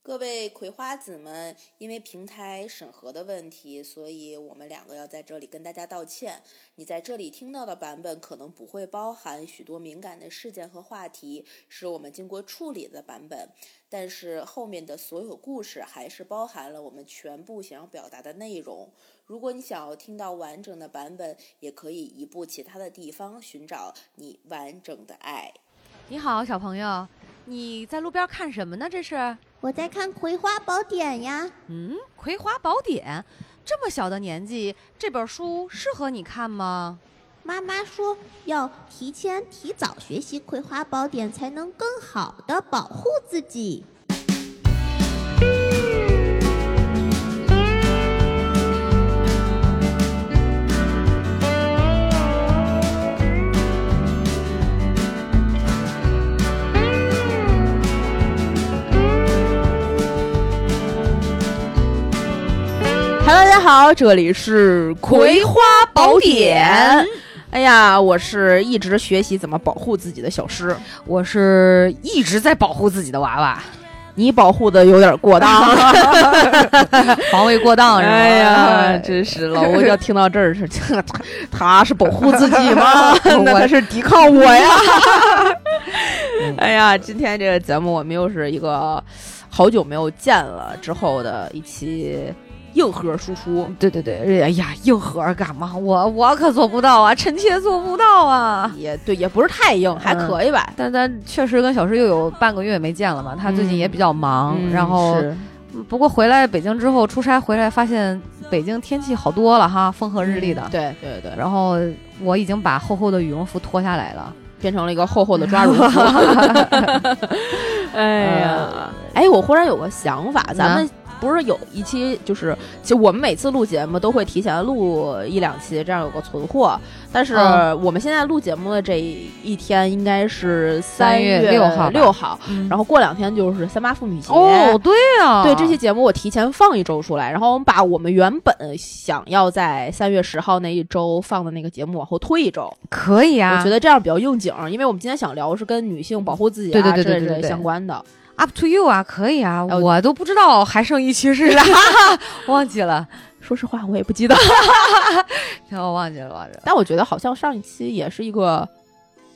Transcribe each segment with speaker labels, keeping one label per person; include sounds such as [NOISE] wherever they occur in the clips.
Speaker 1: 各位葵花籽们，因为平台审核的问题，所以我们两个要在这里跟大家道歉。你在这里听到的版本可能不会包含许多敏感的事件和话题，是我们经过处理的版本。但是后面的所有故事还是包含了我们全部想要表达的内容。如果你想要听到完整的版本，也可以移步其他的地方寻找你完整的爱。
Speaker 2: 你好，小朋友，你在路边看什么呢？这是？
Speaker 3: 我在看《葵花宝典》呀。
Speaker 2: 嗯，《葵花宝典》这么小的年纪，这本书适合你看吗？
Speaker 3: 妈妈说要提前提早学习《葵花宝典》，才能更好的保护自己。
Speaker 4: Hello，大家好，这里是《葵花宝典》。哎呀，我是一直学习怎么保护自己的小诗，
Speaker 2: 我是一直在保护自己的娃 [LAUGHS] 娃，
Speaker 4: 你保护的有点过当。 [LAUGHS]
Speaker 2: 防卫过当是吗？
Speaker 4: 哎呀，
Speaker 2: [LAUGHS]
Speaker 4: 真是 [LAUGHS] 老吴要听到这儿是， [LAUGHS] 这他是保护自己吗？ [LAUGHS] 那他是抵抗我 [LAUGHS] 呀！哎呀，今天这个节目我们又是一个好久没有见了之后的一期硬核输出。
Speaker 2: 对对对，哎呀，硬核干嘛？我我可做不到啊，臣妾做不到啊。
Speaker 4: 也对，也不是太硬，还
Speaker 2: 嗯
Speaker 4: 可以吧。
Speaker 2: 但但确实跟小诗又有半个月没见了嘛，他最近也比较忙，
Speaker 4: 嗯
Speaker 2: 然后
Speaker 4: 是
Speaker 2: 不过回来北京之后出差回来，发现北京天气好多了哈，风和日丽的。
Speaker 4: 嗯对对对，然后
Speaker 2: 然后我已经把厚厚的羽绒服脱下来了，
Speaker 4: 变成了一个厚厚的抓绒 [LAUGHS] 服。哎呀，嗯哎，我忽然有个想法，咱们不是有一期就是，其实我们每次录节目都会提前录一两期，这样有个存货。但是
Speaker 2: 嗯
Speaker 4: 我们现在录节目的这一天应该是
Speaker 2: 三月
Speaker 4: 月
Speaker 2: 六号吧
Speaker 4: 六号，
Speaker 2: 然
Speaker 4: 然
Speaker 2: 后
Speaker 4: 后过两天就是三八妇女节。
Speaker 2: 嗯哦，对啊，
Speaker 4: 对这期节目，我提前放一周出来，然后我们把我们原本想要在三月十号那一周放的那个节目往后推一周。
Speaker 2: 可以啊，
Speaker 4: 我觉得这样比较应景，因为我们今天想聊是跟女性保护自己啊
Speaker 2: 对对对对
Speaker 4: 之类
Speaker 2: 对
Speaker 4: 之类
Speaker 2: 对对
Speaker 4: 相关的。
Speaker 2: up to you 啊，可以啊，
Speaker 4: 哎我
Speaker 2: 我都不知道还剩一期 [LAUGHS] 是啥，忘记了，
Speaker 4: 说实话，我也不记得，
Speaker 2: 我忘记了，忘记了。
Speaker 4: [LAUGHS] 但我觉得好像上一期也是一个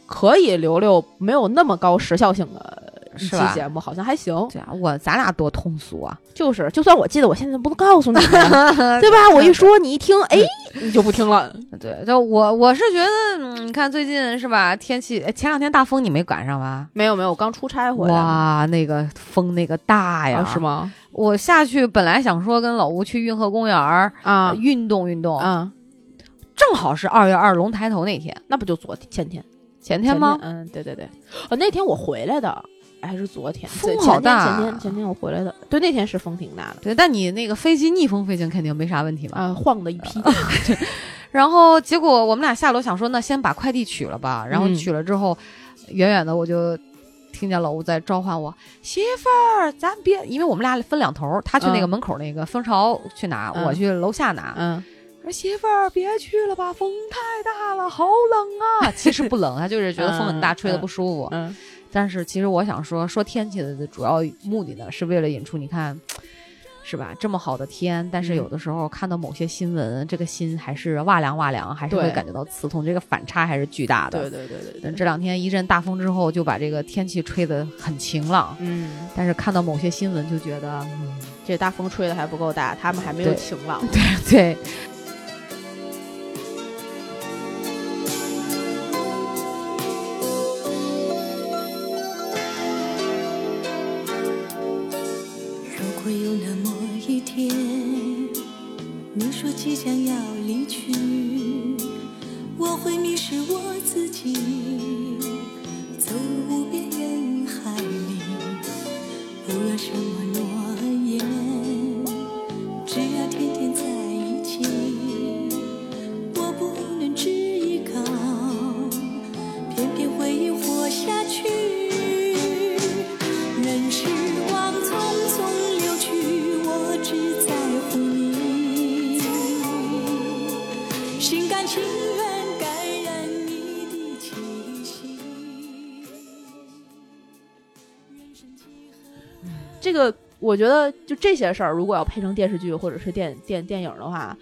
Speaker 4: 可以留留没有那么高时效性的一
Speaker 2: 是
Speaker 4: 期
Speaker 2: 吧
Speaker 4: 节目，好像还行。
Speaker 2: 对啊，我咱俩多通俗啊！
Speaker 4: 就是，就算我记得，我现在不能告诉你们，
Speaker 2: [LAUGHS]
Speaker 4: 对吧？我一说你一听，哎，
Speaker 2: 嗯
Speaker 4: 你就不听了。
Speaker 2: 对，就我我是觉得，嗯你看最近是吧，天气哎前两天大风你没赶上吧？
Speaker 4: 没有没有，我刚出差回来。
Speaker 2: 哇，那个风那个大呀！
Speaker 4: 啊是？吗？
Speaker 2: 我下去本来想说跟老吴去运河公园儿、
Speaker 4: 啊
Speaker 2: 运动运动，
Speaker 4: 啊，
Speaker 2: 正好是二月二龙抬头那天，
Speaker 4: 那不就昨天前天
Speaker 2: 前
Speaker 4: 前
Speaker 2: 天吗？
Speaker 4: 嗯，对对对。哦，那天我回来的，还是昨天？
Speaker 2: 风
Speaker 4: 对
Speaker 2: 好大啊
Speaker 4: 前天前天前天我回来的，对，那天是风挺大的。
Speaker 2: 对，但你那个飞机逆风飞行肯定没啥问题吧？
Speaker 4: 啊，晃的一批。
Speaker 2: [LAUGHS] 然后结果我们俩下楼想说，那先把快递取了吧。然后
Speaker 4: 嗯
Speaker 2: 取了之后，远远的我就听见老吴在召唤我媳妇儿，咱别，因为我们俩分两头儿，他去那个
Speaker 4: 嗯
Speaker 2: 门口那个蜂巢去拿，
Speaker 4: 嗯
Speaker 2: 我去楼下拿。
Speaker 4: 嗯，
Speaker 2: 我说媳妇儿别去了吧，风太大了，好冷啊。其实不冷，他就是觉得风很大，
Speaker 4: 嗯
Speaker 2: 吹的不舒服。
Speaker 4: 嗯，
Speaker 2: 但是其实我想说，说天气的主要目的呢，是为了引出你看，是吧？这么好的天，但
Speaker 4: 嗯
Speaker 2: 是有的时候看到某些新闻，这个心还是哇凉哇凉，还是会
Speaker 4: 对
Speaker 2: 感觉到刺痛，这个反差还是巨大的。
Speaker 4: 对对对对
Speaker 2: 嗯
Speaker 4: 对，
Speaker 2: 这两天一阵大风之后，就把这个天气吹得很晴朗，
Speaker 4: 嗯，
Speaker 2: 但是看到某些新闻就觉得，
Speaker 4: 这大风吹的还不够大，他们还没有
Speaker 2: 对
Speaker 4: 晴朗。
Speaker 2: 对 [LAUGHS] 对，
Speaker 5: 如果有那么一天，你说即将要离去，我会迷失我自己，走入无边人海里。不要什么诺言，只要天天在一起。我不能只依靠，偏偏回忆活下去。任时光匆匆流去，我只在乎你，心甘情愿感染你的气息。人生几何
Speaker 4: [LAUGHS] 这个我觉得就这些事儿，如果要配成电视剧或者是电电电影的话，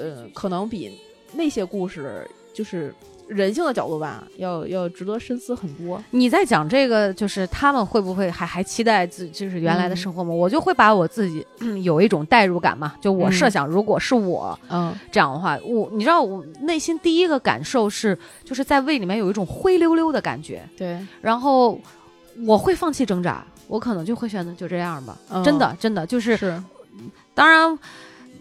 Speaker 4: 呃，可能比那些故事就是人性的角度吧，要要值得深思很多。
Speaker 2: 你在讲这个，就是他们会不会还还期待自就是原
Speaker 4: 嗯
Speaker 2: 来的生活吗？我就会把我自己、 [CLEARS THROAT] 嗯有一种代入感嘛，就我
Speaker 4: 嗯
Speaker 2: 设想如果是我、
Speaker 4: 嗯
Speaker 2: 这样的话，我你知道我内心第一个感受是，就是在胃里面有一种灰溜溜的感觉，
Speaker 4: 对，
Speaker 2: 然后我会放弃挣扎，我可能就会选择就这样吧，
Speaker 4: 嗯
Speaker 2: 真的真的就是
Speaker 4: 是
Speaker 2: 当然，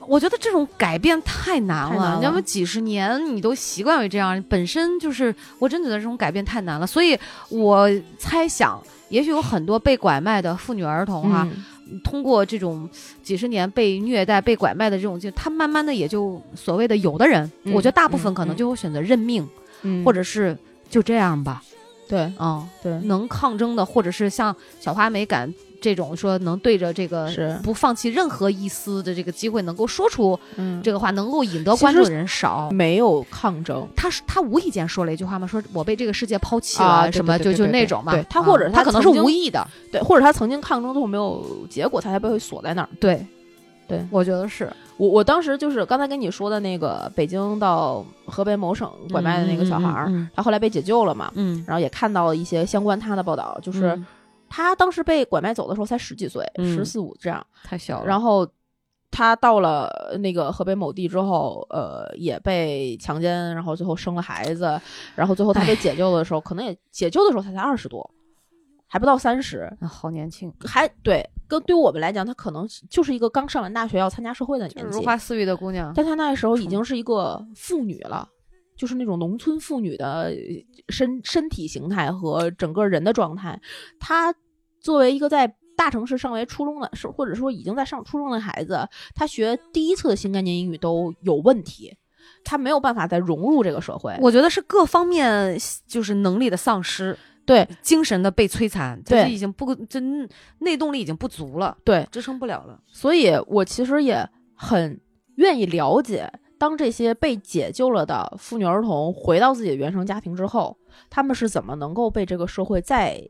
Speaker 2: 我觉得这种改变太难
Speaker 4: 太难
Speaker 2: 了
Speaker 4: 了。
Speaker 2: 要么几十年你都习惯于这样，本身就是我真觉得这种改变太难了。所以我猜想，也许有很多被拐卖的妇女儿童啊哈、
Speaker 4: 嗯
Speaker 2: 通过这种几十年被虐待、被拐卖的这种经历，他慢慢的也就所谓的有的人，
Speaker 4: 嗯
Speaker 2: 我觉得大部分
Speaker 4: 嗯
Speaker 2: 可能
Speaker 4: 嗯
Speaker 2: 就会选择认命，
Speaker 4: 嗯哦
Speaker 2: 或者是就这样吧。
Speaker 4: 对
Speaker 2: 嗯，
Speaker 4: 对
Speaker 2: 能抗争的，或者是像小花美感这种说能对着这个
Speaker 4: 是
Speaker 2: 不放弃任何一丝的这个机会，能够说出
Speaker 4: 嗯
Speaker 2: 这个话，能够引得关注
Speaker 4: 其嗯
Speaker 2: 的人少。
Speaker 4: 没有抗争。
Speaker 2: 他是他无意间说了一句话嘛，说我被这个世界抛弃了，
Speaker 4: 啊对
Speaker 2: 什么
Speaker 4: 对对
Speaker 2: 就
Speaker 4: 对
Speaker 2: 就
Speaker 4: 对
Speaker 2: 那种嘛。
Speaker 4: 对他
Speaker 2: 啊
Speaker 4: 或者
Speaker 2: 他
Speaker 4: 他
Speaker 2: 可能是
Speaker 4: 曾经
Speaker 2: 无意的，
Speaker 4: 对，或者他曾经抗争最后没有结果，他才被会锁在那儿。
Speaker 2: 对，
Speaker 4: 对
Speaker 2: 我觉得是
Speaker 4: 我我当时就是刚才跟你说的那个北京到河北某省拐卖的那个小孩儿，
Speaker 2: 嗯
Speaker 4: 他后来被解救了嘛，
Speaker 2: 嗯，
Speaker 4: 然后也看到一些相关他的报道，就
Speaker 2: 就是
Speaker 4: 他当时被拐卖走的时候才十几岁，
Speaker 2: 嗯
Speaker 4: 十四五这样，
Speaker 2: 太小了。
Speaker 4: 然后。他到了那个河北某地之后，呃，也被强奸，然后最后生了孩子，然后最后他被解救的时候，可能也解救的时候他才二十多，还不到三十，
Speaker 2: 啊好年轻，
Speaker 4: 还对，跟对我们来讲，他可能就是一个刚上完大学要参加社会的年纪，
Speaker 2: 似玉的姑娘，
Speaker 4: 但她那时候已经是一个妇女了，就是那种农村妇女的身身体形态和整个人的状态。她作为一个在大城市上为初中的，是或者说已经在上初中的孩子，她学第一次的新概念英语都有问题，她没有办法再融入这个社会。
Speaker 2: 我觉得是各方面就是能力的丧失，
Speaker 4: 对
Speaker 2: 精神的被摧残，就是
Speaker 4: 对
Speaker 2: 已经不就内动力已经不足了，
Speaker 4: 对，
Speaker 2: 支撑不了了。
Speaker 4: 所以我其实也很愿意了解，当这些被解救了的妇女儿童回到自己的原生家庭之后，他们是怎么能够被这个社会再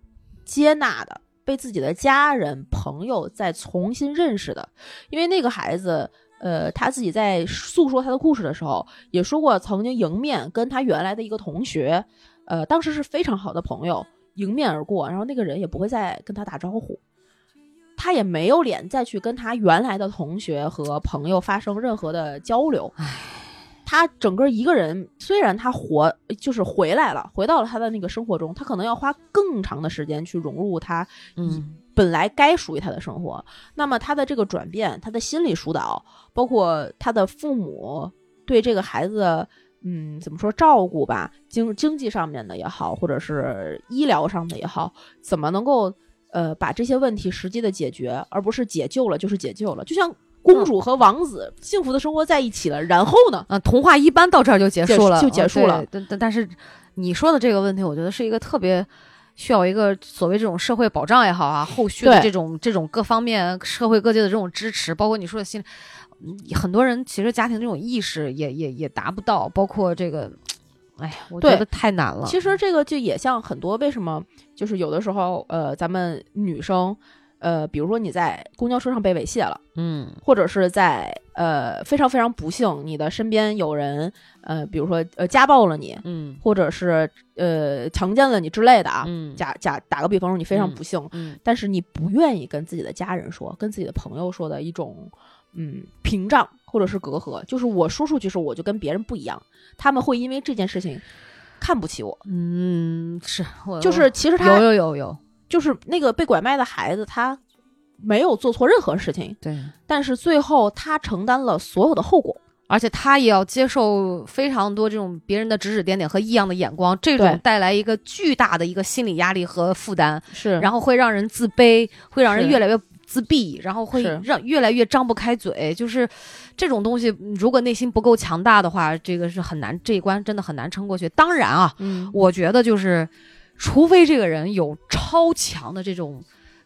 Speaker 4: 接纳的，被自己的家人、朋友再重新认识的。因为那个孩子。呃，他自己在诉说他的故事的时候，也说过曾经迎面跟他原来的一个同学，呃，当时是非常好的朋友，迎面而过，然后那个人也不会再跟他打招呼，他也没有脸再去跟他原来的同学和朋友发生任何的交流。他整个一个人，虽然他活就是回来了，回到了他的那个生活中，他可能要花更长的时间去融入他
Speaker 2: 嗯，
Speaker 4: 本来该属于他的生活。那么他的这个转变，他的心理疏导，包括他的父母对这个孩子的，嗯，怎么说照顾吧，经经济上面的也好，或者是医疗上的也好，怎么能够呃把这些问题实际的解决，而不是解救了就是解救了，就像。公主和王子幸福的生活在一起了，然后呢？
Speaker 2: 啊，童话一般到这儿就结
Speaker 4: 结
Speaker 2: 束了，
Speaker 4: 就结
Speaker 2: 啊
Speaker 4: 束
Speaker 2: 对
Speaker 4: 了
Speaker 2: 但但但是你说的这个问题，我觉得是一个特别需要一个所谓这种社会保障也好啊，后续的
Speaker 4: 对
Speaker 2: 这种这种各方面社会各界的这种支持，包括你说的心理，嗯很多人其实家庭这种意识也也也达不到，包括这个，哎呀，我觉
Speaker 4: 对
Speaker 2: 得太难了。
Speaker 4: 其实这个就也像很多为什么就是有的时候，呃，咱们女生，呃，比如说你在公交车上被猥亵了。
Speaker 2: 嗯，
Speaker 4: 或者是在呃非常非常不幸，你的身边有人呃，比如说呃家暴了你，
Speaker 2: 嗯
Speaker 4: 或者是呃强奸了你之类的啊。
Speaker 2: 嗯
Speaker 4: 假假打个比方说，你非常不幸，
Speaker 2: 嗯
Speaker 4: 但是你不愿意跟自己的家人说，跟自己的朋友说的一种嗯屏障或者是隔阂，就是我说出去的时候我就跟别人不一样，他们会因为这件事情看不起我。
Speaker 2: 嗯，是，我
Speaker 4: 就是其实
Speaker 2: 有
Speaker 4: 他
Speaker 2: 有有有，
Speaker 4: 就是那个被拐卖的孩子，他没有做错任何事情，
Speaker 2: 对，
Speaker 4: 但是最后他承担了所有的后果。
Speaker 2: 而且他也要接受非常多这种别人的指指点点和异样的眼光，这种
Speaker 4: 对
Speaker 2: 带来一个巨大的一个心理压力和负担，
Speaker 4: 是
Speaker 2: 然后会让人自卑，会让人
Speaker 4: 是
Speaker 2: 越来越自闭，然后会
Speaker 4: 是
Speaker 2: 让越来越张不开嘴。就是这种东西，如果内心不够强大的话，这个是很难这一关真的很难撑过去。当然啊，
Speaker 4: 嗯，
Speaker 2: 我觉得就是，除非这个人有超强的这种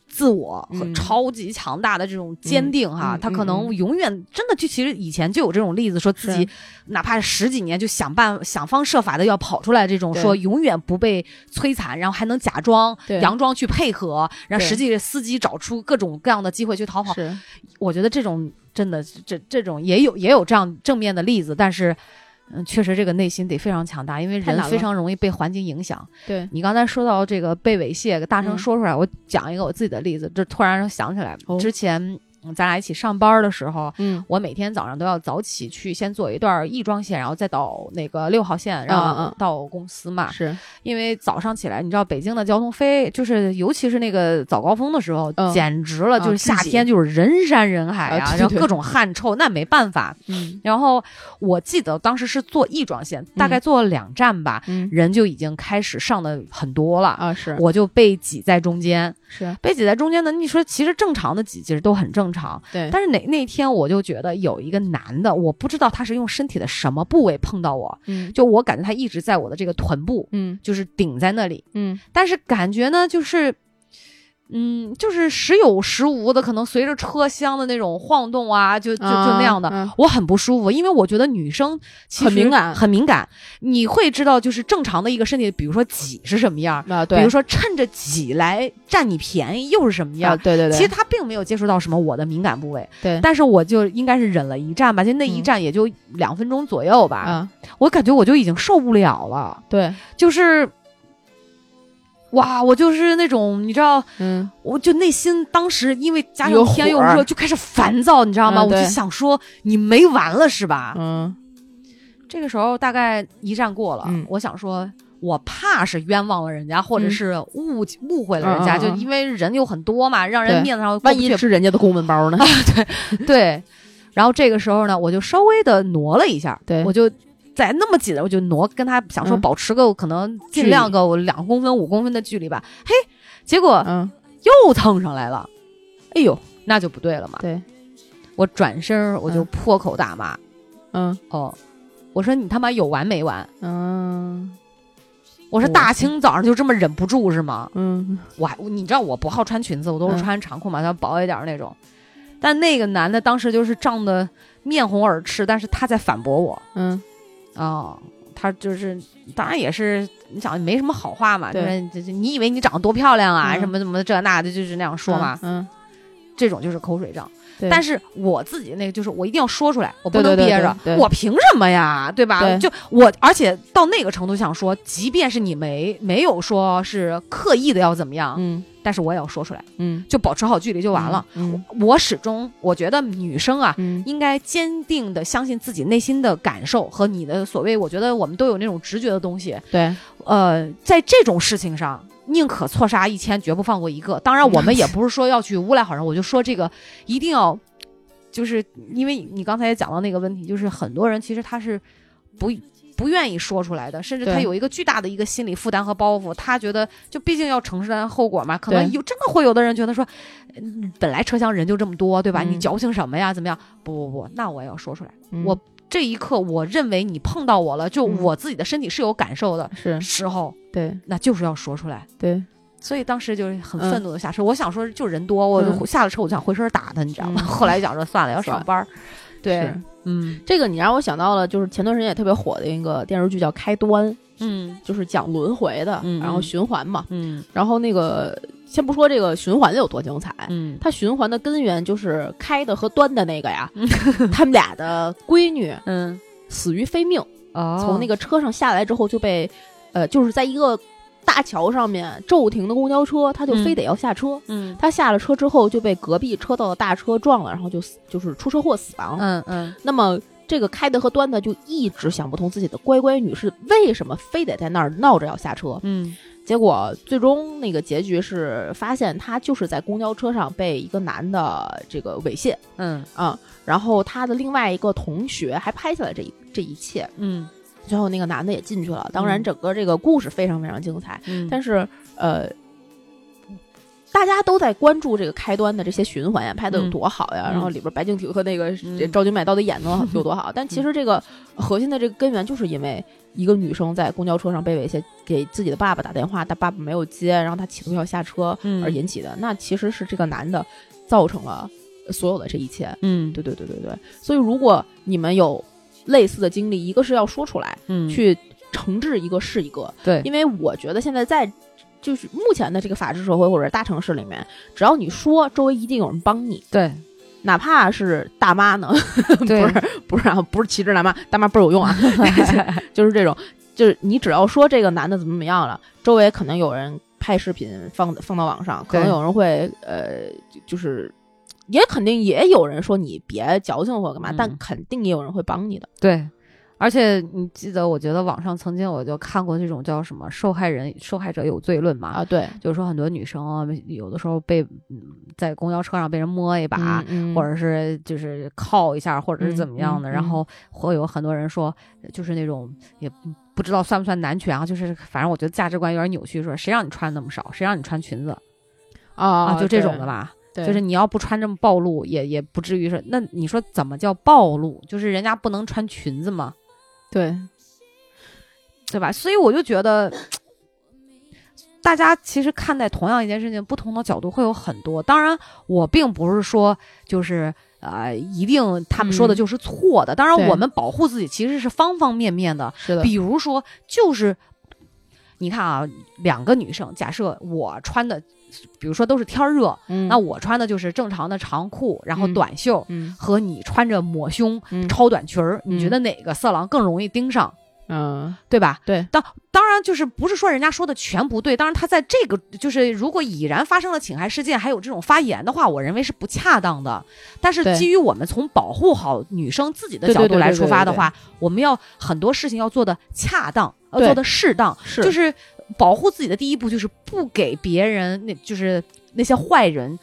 Speaker 2: 自我和
Speaker 4: 嗯
Speaker 2: 超级强大的这种坚定哈，
Speaker 4: 嗯嗯
Speaker 2: 他可能永远真的就其实以前就有这种例子，说自己哪怕十几年就想办想方设法的要跑出来，这种
Speaker 4: 对
Speaker 2: 说永远不被摧残，然后还能假装
Speaker 4: 对
Speaker 2: 佯装去配合，然后
Speaker 4: 对
Speaker 2: 实际司机找出各种各样的机会去逃跑。
Speaker 4: 是
Speaker 2: 我觉得这种真的这这种也有也有这样正面的例子，但是。嗯，确实这个内心得非常强大，因为
Speaker 4: 太
Speaker 2: 人
Speaker 4: 难了
Speaker 2: 非常容易被环境影响。
Speaker 4: 对，
Speaker 2: 你刚才说到这个被猥亵，大声
Speaker 4: 嗯
Speaker 2: 说出来，我讲一个我自己的例子，这突然想起来，
Speaker 4: 哦
Speaker 2: 之前嗯咱俩一起上班的时候，
Speaker 4: 嗯
Speaker 2: 我每天早上都要早起去先做一段亦庄线，然后再到那个六号线，然
Speaker 4: 嗯
Speaker 2: 后
Speaker 4: 嗯
Speaker 2: 到公司嘛。
Speaker 4: 是
Speaker 2: 因为早上起来，你知道北京的交通非就是，尤其是那个早高峰的时候，
Speaker 4: 嗯
Speaker 2: 简直了，
Speaker 4: 啊
Speaker 2: 就是夏
Speaker 4: 自己
Speaker 2: 天就是人山人海
Speaker 4: 啊
Speaker 2: 啊，
Speaker 4: 对
Speaker 2: 然后
Speaker 4: 对
Speaker 2: 各种汗臭，那没办法。
Speaker 4: 嗯
Speaker 2: 然后我记得当时是坐亦庄线，大概坐了两站吧，
Speaker 4: 嗯
Speaker 2: 人就已经开始上的很多了。
Speaker 4: 啊是
Speaker 2: 我就被挤在中间，
Speaker 4: 是
Speaker 2: 被挤在中间呢。你说其实正常的挤其实都很正常，
Speaker 4: 对，
Speaker 2: 但是哪那天我就觉得有一个男的，我不知道他是用身体的什么部位碰到我，
Speaker 4: 嗯
Speaker 2: 就我感觉他一直在我的这个臀部，
Speaker 4: 嗯
Speaker 2: 就是顶在那里，
Speaker 4: 嗯
Speaker 2: 但是感觉呢就是。嗯，就是时有时无的，可能随着车厢的那种晃动啊，就就就那样的，
Speaker 4: 啊啊
Speaker 2: 我很不舒服，因为我觉得女生其实
Speaker 4: 很敏感
Speaker 2: 很敏感，你会知道就是正常的一个身体，比如说挤是什么样，
Speaker 4: 啊对，
Speaker 2: 比如说趁着挤来占你便宜又是什么样？
Speaker 4: 啊对对对，
Speaker 2: 其实他并没有接触到什么我的敏感部位，
Speaker 4: 对
Speaker 2: 但是我就应该是忍了一站吧，就那一
Speaker 4: 嗯
Speaker 2: 站也就两分钟左右吧，
Speaker 4: 啊
Speaker 2: 我感觉我就已经受不了了，
Speaker 4: 对
Speaker 2: 就是，哇，我就是那种你知道，
Speaker 4: 嗯
Speaker 2: 我就内心当时因为加
Speaker 4: 有
Speaker 2: 上
Speaker 4: 火
Speaker 2: 天又热，就开始烦躁，你知道吗？
Speaker 4: 嗯
Speaker 2: 我就
Speaker 4: 对
Speaker 2: 想说你没完了是吧？
Speaker 4: 嗯
Speaker 2: 这个时候大概一站过了，
Speaker 4: 嗯
Speaker 2: 我想说，我怕是冤枉了人家，或者是误、误会了人家，
Speaker 4: 嗯嗯嗯
Speaker 2: 就因为人有很多嘛，让人
Speaker 4: 对
Speaker 2: 面子上过
Speaker 4: 万
Speaker 2: 不去
Speaker 4: 一是人家的公文包呢？ [LAUGHS]
Speaker 2: 对。然后这个时候呢，我就稍微的挪了一下，
Speaker 4: 对
Speaker 2: 我就在那么挤的，我就挪跟他想说
Speaker 4: 嗯
Speaker 2: 保持个、可能尽量个我两公分五公分的距离吧，嘿，结果
Speaker 4: 嗯
Speaker 2: 又蹭上来了，
Speaker 4: 哎呦
Speaker 2: 那就不对了嘛。 [LAUGHS]
Speaker 4: 对
Speaker 2: 我转身儿我就
Speaker 4: 嗯
Speaker 2: 破口大骂，
Speaker 4: 嗯
Speaker 2: 哦，我说你他妈有完没完？
Speaker 4: 嗯
Speaker 2: 我说
Speaker 4: 我
Speaker 2: 大
Speaker 4: 天
Speaker 2: 清早上就这么忍不住是吗？
Speaker 4: 嗯
Speaker 2: 我还你知道我不好穿裙子，我都是
Speaker 4: 嗯
Speaker 2: 穿长裤嘛，要薄一点儿那种。但那个男的当时就是胀得面红耳赤，但是他在反驳我
Speaker 4: 嗯
Speaker 2: 啊、他就是当然也是你想没什么好话嘛，就
Speaker 4: 对
Speaker 2: 是这这你以为你长得多漂亮啊，
Speaker 4: 嗯
Speaker 2: 什么什么这那的，就是那样说嘛，
Speaker 4: 嗯
Speaker 2: 这种就是口水仗。
Speaker 4: 对
Speaker 2: 但是我自己那个就是我一定要说出来，我不
Speaker 4: 对
Speaker 2: 能
Speaker 4: 对对
Speaker 2: 憋着，
Speaker 4: 对对
Speaker 2: 我凭什么呀，对吧？
Speaker 4: 对
Speaker 2: 就我，而且到那个程度想说，即便是你没没有说是刻意的要怎么样，
Speaker 4: 嗯
Speaker 2: 但是我也要说出来，
Speaker 4: 嗯
Speaker 2: 就保持好距离就完了。
Speaker 4: 嗯
Speaker 2: 啊我始终我觉得女生啊。
Speaker 4: 嗯
Speaker 2: 应该坚定的相信自己内心的感受和你的所谓，我觉得我们都有那种直觉的东西。
Speaker 4: 对
Speaker 2: 呃，在这种事情上，宁可错杀一千，绝不放过一个。当然，我们也不是说要去诬赖好人，我就说这个一定要，就是因为你刚才也讲到那个问题，就是很多人其实他是不不愿意说出来的，甚至他
Speaker 4: 对
Speaker 2: 有一个巨大的一个心理负担和包袱，他觉得就毕竟要承担后果嘛，可能
Speaker 4: 对
Speaker 2: 有真的会有的人觉得说，嗯本来车厢人就这么多，对吧？
Speaker 4: 嗯
Speaker 2: 你矫情什么呀？怎么样？不不不，那我也要说出来。
Speaker 4: 嗯
Speaker 2: 我这一刻，我认为你碰到我了，就
Speaker 4: 嗯
Speaker 2: 我自己的身体是有感受的
Speaker 4: 是
Speaker 2: 时候，
Speaker 4: 对
Speaker 2: 那就是要说出来。
Speaker 4: 对
Speaker 2: 所以当时就是很
Speaker 4: 嗯
Speaker 2: 愤怒的下车，我想说就人多，我就
Speaker 4: 嗯
Speaker 2: 下了车我就想回身打他，你知道吗？[LAUGHS]
Speaker 4: 嗯
Speaker 2: 后来想说算了，要上班儿。对
Speaker 4: 是，
Speaker 2: 嗯
Speaker 4: 这个你让我想到了，就是前段时间也特别火的一个电视剧叫《开端》，
Speaker 2: 嗯
Speaker 4: 就是讲轮回的，
Speaker 2: 嗯
Speaker 4: 然后循环嘛。
Speaker 2: 嗯
Speaker 4: 然后那个先不说这个循环有多精彩，
Speaker 2: 嗯
Speaker 4: 它循环的根源就是开的和端的那个呀，他们俩的闺女
Speaker 2: 嗯，
Speaker 4: 死于非命，
Speaker 2: 哦，
Speaker 4: 从那个车上下来之后就被，呃，就是在一个大桥上面骤停的公交车，他就
Speaker 2: 嗯
Speaker 4: 非得要下车。
Speaker 2: 嗯
Speaker 4: 他下了车之后就被隔壁车道的大车撞了，然后就死就是出车祸死亡。
Speaker 2: 嗯嗯
Speaker 4: 那么这个开德和端德就一直想不通自己的乖乖女是为什么非得在那儿闹着要下车。
Speaker 2: 嗯
Speaker 4: 结果最终那个结局是发现她就是在公交车上被一个男的这个猥亵
Speaker 2: 嗯
Speaker 4: 啊、然后她的另外一个同学还拍下来这一这一切。
Speaker 2: 嗯
Speaker 4: 最后那个男的也进去了，当
Speaker 2: 嗯
Speaker 4: 然整个这个故事非常非常精彩，
Speaker 2: 嗯，
Speaker 4: 但是呃。大家都在关注这个开端的这些循环呀，拍的有
Speaker 2: 嗯
Speaker 4: 多好呀，
Speaker 2: 嗯
Speaker 4: 然后里边白敬亭和那个
Speaker 2: 嗯
Speaker 4: 这赵今麦到底
Speaker 2: [LAUGHS]
Speaker 4: 演的有多好，但其实这个核心的这个根源就是因为一个女生在公交车上被猥亵，给自己的爸爸打电话，但爸爸没有接，然后她企图要下车
Speaker 2: 嗯
Speaker 4: 而引起的，那其实是这个男的造成了所有的这一切，
Speaker 2: 嗯
Speaker 4: 对对对对对，所以如果你们有类似的经历，一个是要说出来，
Speaker 2: 嗯
Speaker 4: 去惩治一个是一个，
Speaker 2: 对
Speaker 4: 因为我觉得现在在就是目前的这个法治社会或者大城市里面，只要你说，周围一定有人帮你，
Speaker 2: [LAUGHS] 对
Speaker 4: 哪怕是大妈呢， [LAUGHS]
Speaker 2: 对
Speaker 4: 不是不是啊，不是歧视大妈，大妈倍儿
Speaker 2: [LAUGHS]
Speaker 4: 有用啊， [LAUGHS] 就是这种，就是你只要说这个男的怎么怎么样了，周围可能有人拍视频放放到网上，可能
Speaker 2: 对
Speaker 4: 有人会呃，就就是也肯定也有人说你别矫情或干嘛，
Speaker 2: 嗯
Speaker 4: 但肯定也有人会帮你的。
Speaker 2: 对，而且你记得，我觉得网上曾经我就看过这种叫什么“受害人受害者有罪论”嘛，
Speaker 4: 啊，对，
Speaker 2: 就是说很多女生啊有的时候被嗯在公交车上被人摸一把，
Speaker 4: 嗯
Speaker 2: 或者是就是靠一下，或者是怎么样的，
Speaker 4: 嗯嗯
Speaker 2: 然
Speaker 4: 嗯
Speaker 2: 后会有很多人说，就是那种也不不知道算不算男权啊，就是反正我觉得价值观有点扭曲，说谁让你穿那么少，谁让你穿裙子
Speaker 4: 啊
Speaker 2: 就这种的，吧。
Speaker 4: 对
Speaker 2: 就是
Speaker 4: 对
Speaker 2: 你要不穿这么暴露，也也不至于是。那你说怎么叫暴露？就是人家不能穿裙子吗？
Speaker 4: 对，
Speaker 2: 对吧？所以我就觉得，大家其实看待同样一件事情，不同的角度会有很多。当然，我并不是说就是呃，一定他们说的
Speaker 4: 嗯
Speaker 2: 就是错的。当然，
Speaker 4: 对
Speaker 2: 我们保护自己其实是方方面面的。
Speaker 4: 是的，
Speaker 2: 比如说，就是你看啊，两个女生，假设我穿的，比如说都是天儿热，
Speaker 4: 嗯
Speaker 2: 那我穿的就是正常的长裤，然后
Speaker 4: 嗯
Speaker 2: 短袖，
Speaker 4: 嗯
Speaker 2: 和你穿着抹胸、
Speaker 4: 嗯
Speaker 2: 超短裙儿，你
Speaker 4: 嗯
Speaker 2: 觉得哪个色狼更容易盯上？
Speaker 4: 嗯
Speaker 2: 对吧？
Speaker 4: 对，
Speaker 2: 当当然就是不是说人家说的全不对，当然他在这个就是如果已然发生了侵害事件，还有这种发言的话，我认为是不恰当的。但是
Speaker 4: 对
Speaker 2: 基于我们从保护好女生自己的
Speaker 4: 对
Speaker 2: 角
Speaker 4: 对
Speaker 2: 度
Speaker 4: 对
Speaker 2: 来
Speaker 4: 对
Speaker 2: 出
Speaker 4: 对
Speaker 2: 发
Speaker 4: 对
Speaker 2: 的
Speaker 4: 对
Speaker 2: 话，我们要很多事情要做的恰当，要
Speaker 4: 对
Speaker 2: 做的适当，
Speaker 4: 是
Speaker 2: 就是保护自己的第一步就是不给别人那就是那些坏人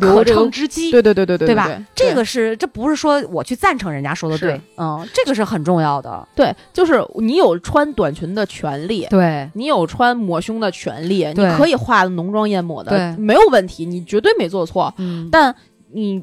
Speaker 2: 可
Speaker 4: 留这个
Speaker 2: 乘之机。
Speaker 4: 对对对对对
Speaker 2: 对吧？这个是，这不是说我去赞成人家说的
Speaker 4: 是
Speaker 2: 对，嗯，这个是很重要的。
Speaker 4: 对，就是你有穿短裙的权利。
Speaker 2: 对，
Speaker 4: 你有穿抹胸的权利，你
Speaker 2: 对
Speaker 4: 可以化浓妆艳抹的，
Speaker 2: 对
Speaker 4: 没有问题，你绝对没做错。
Speaker 2: 嗯，
Speaker 4: 但你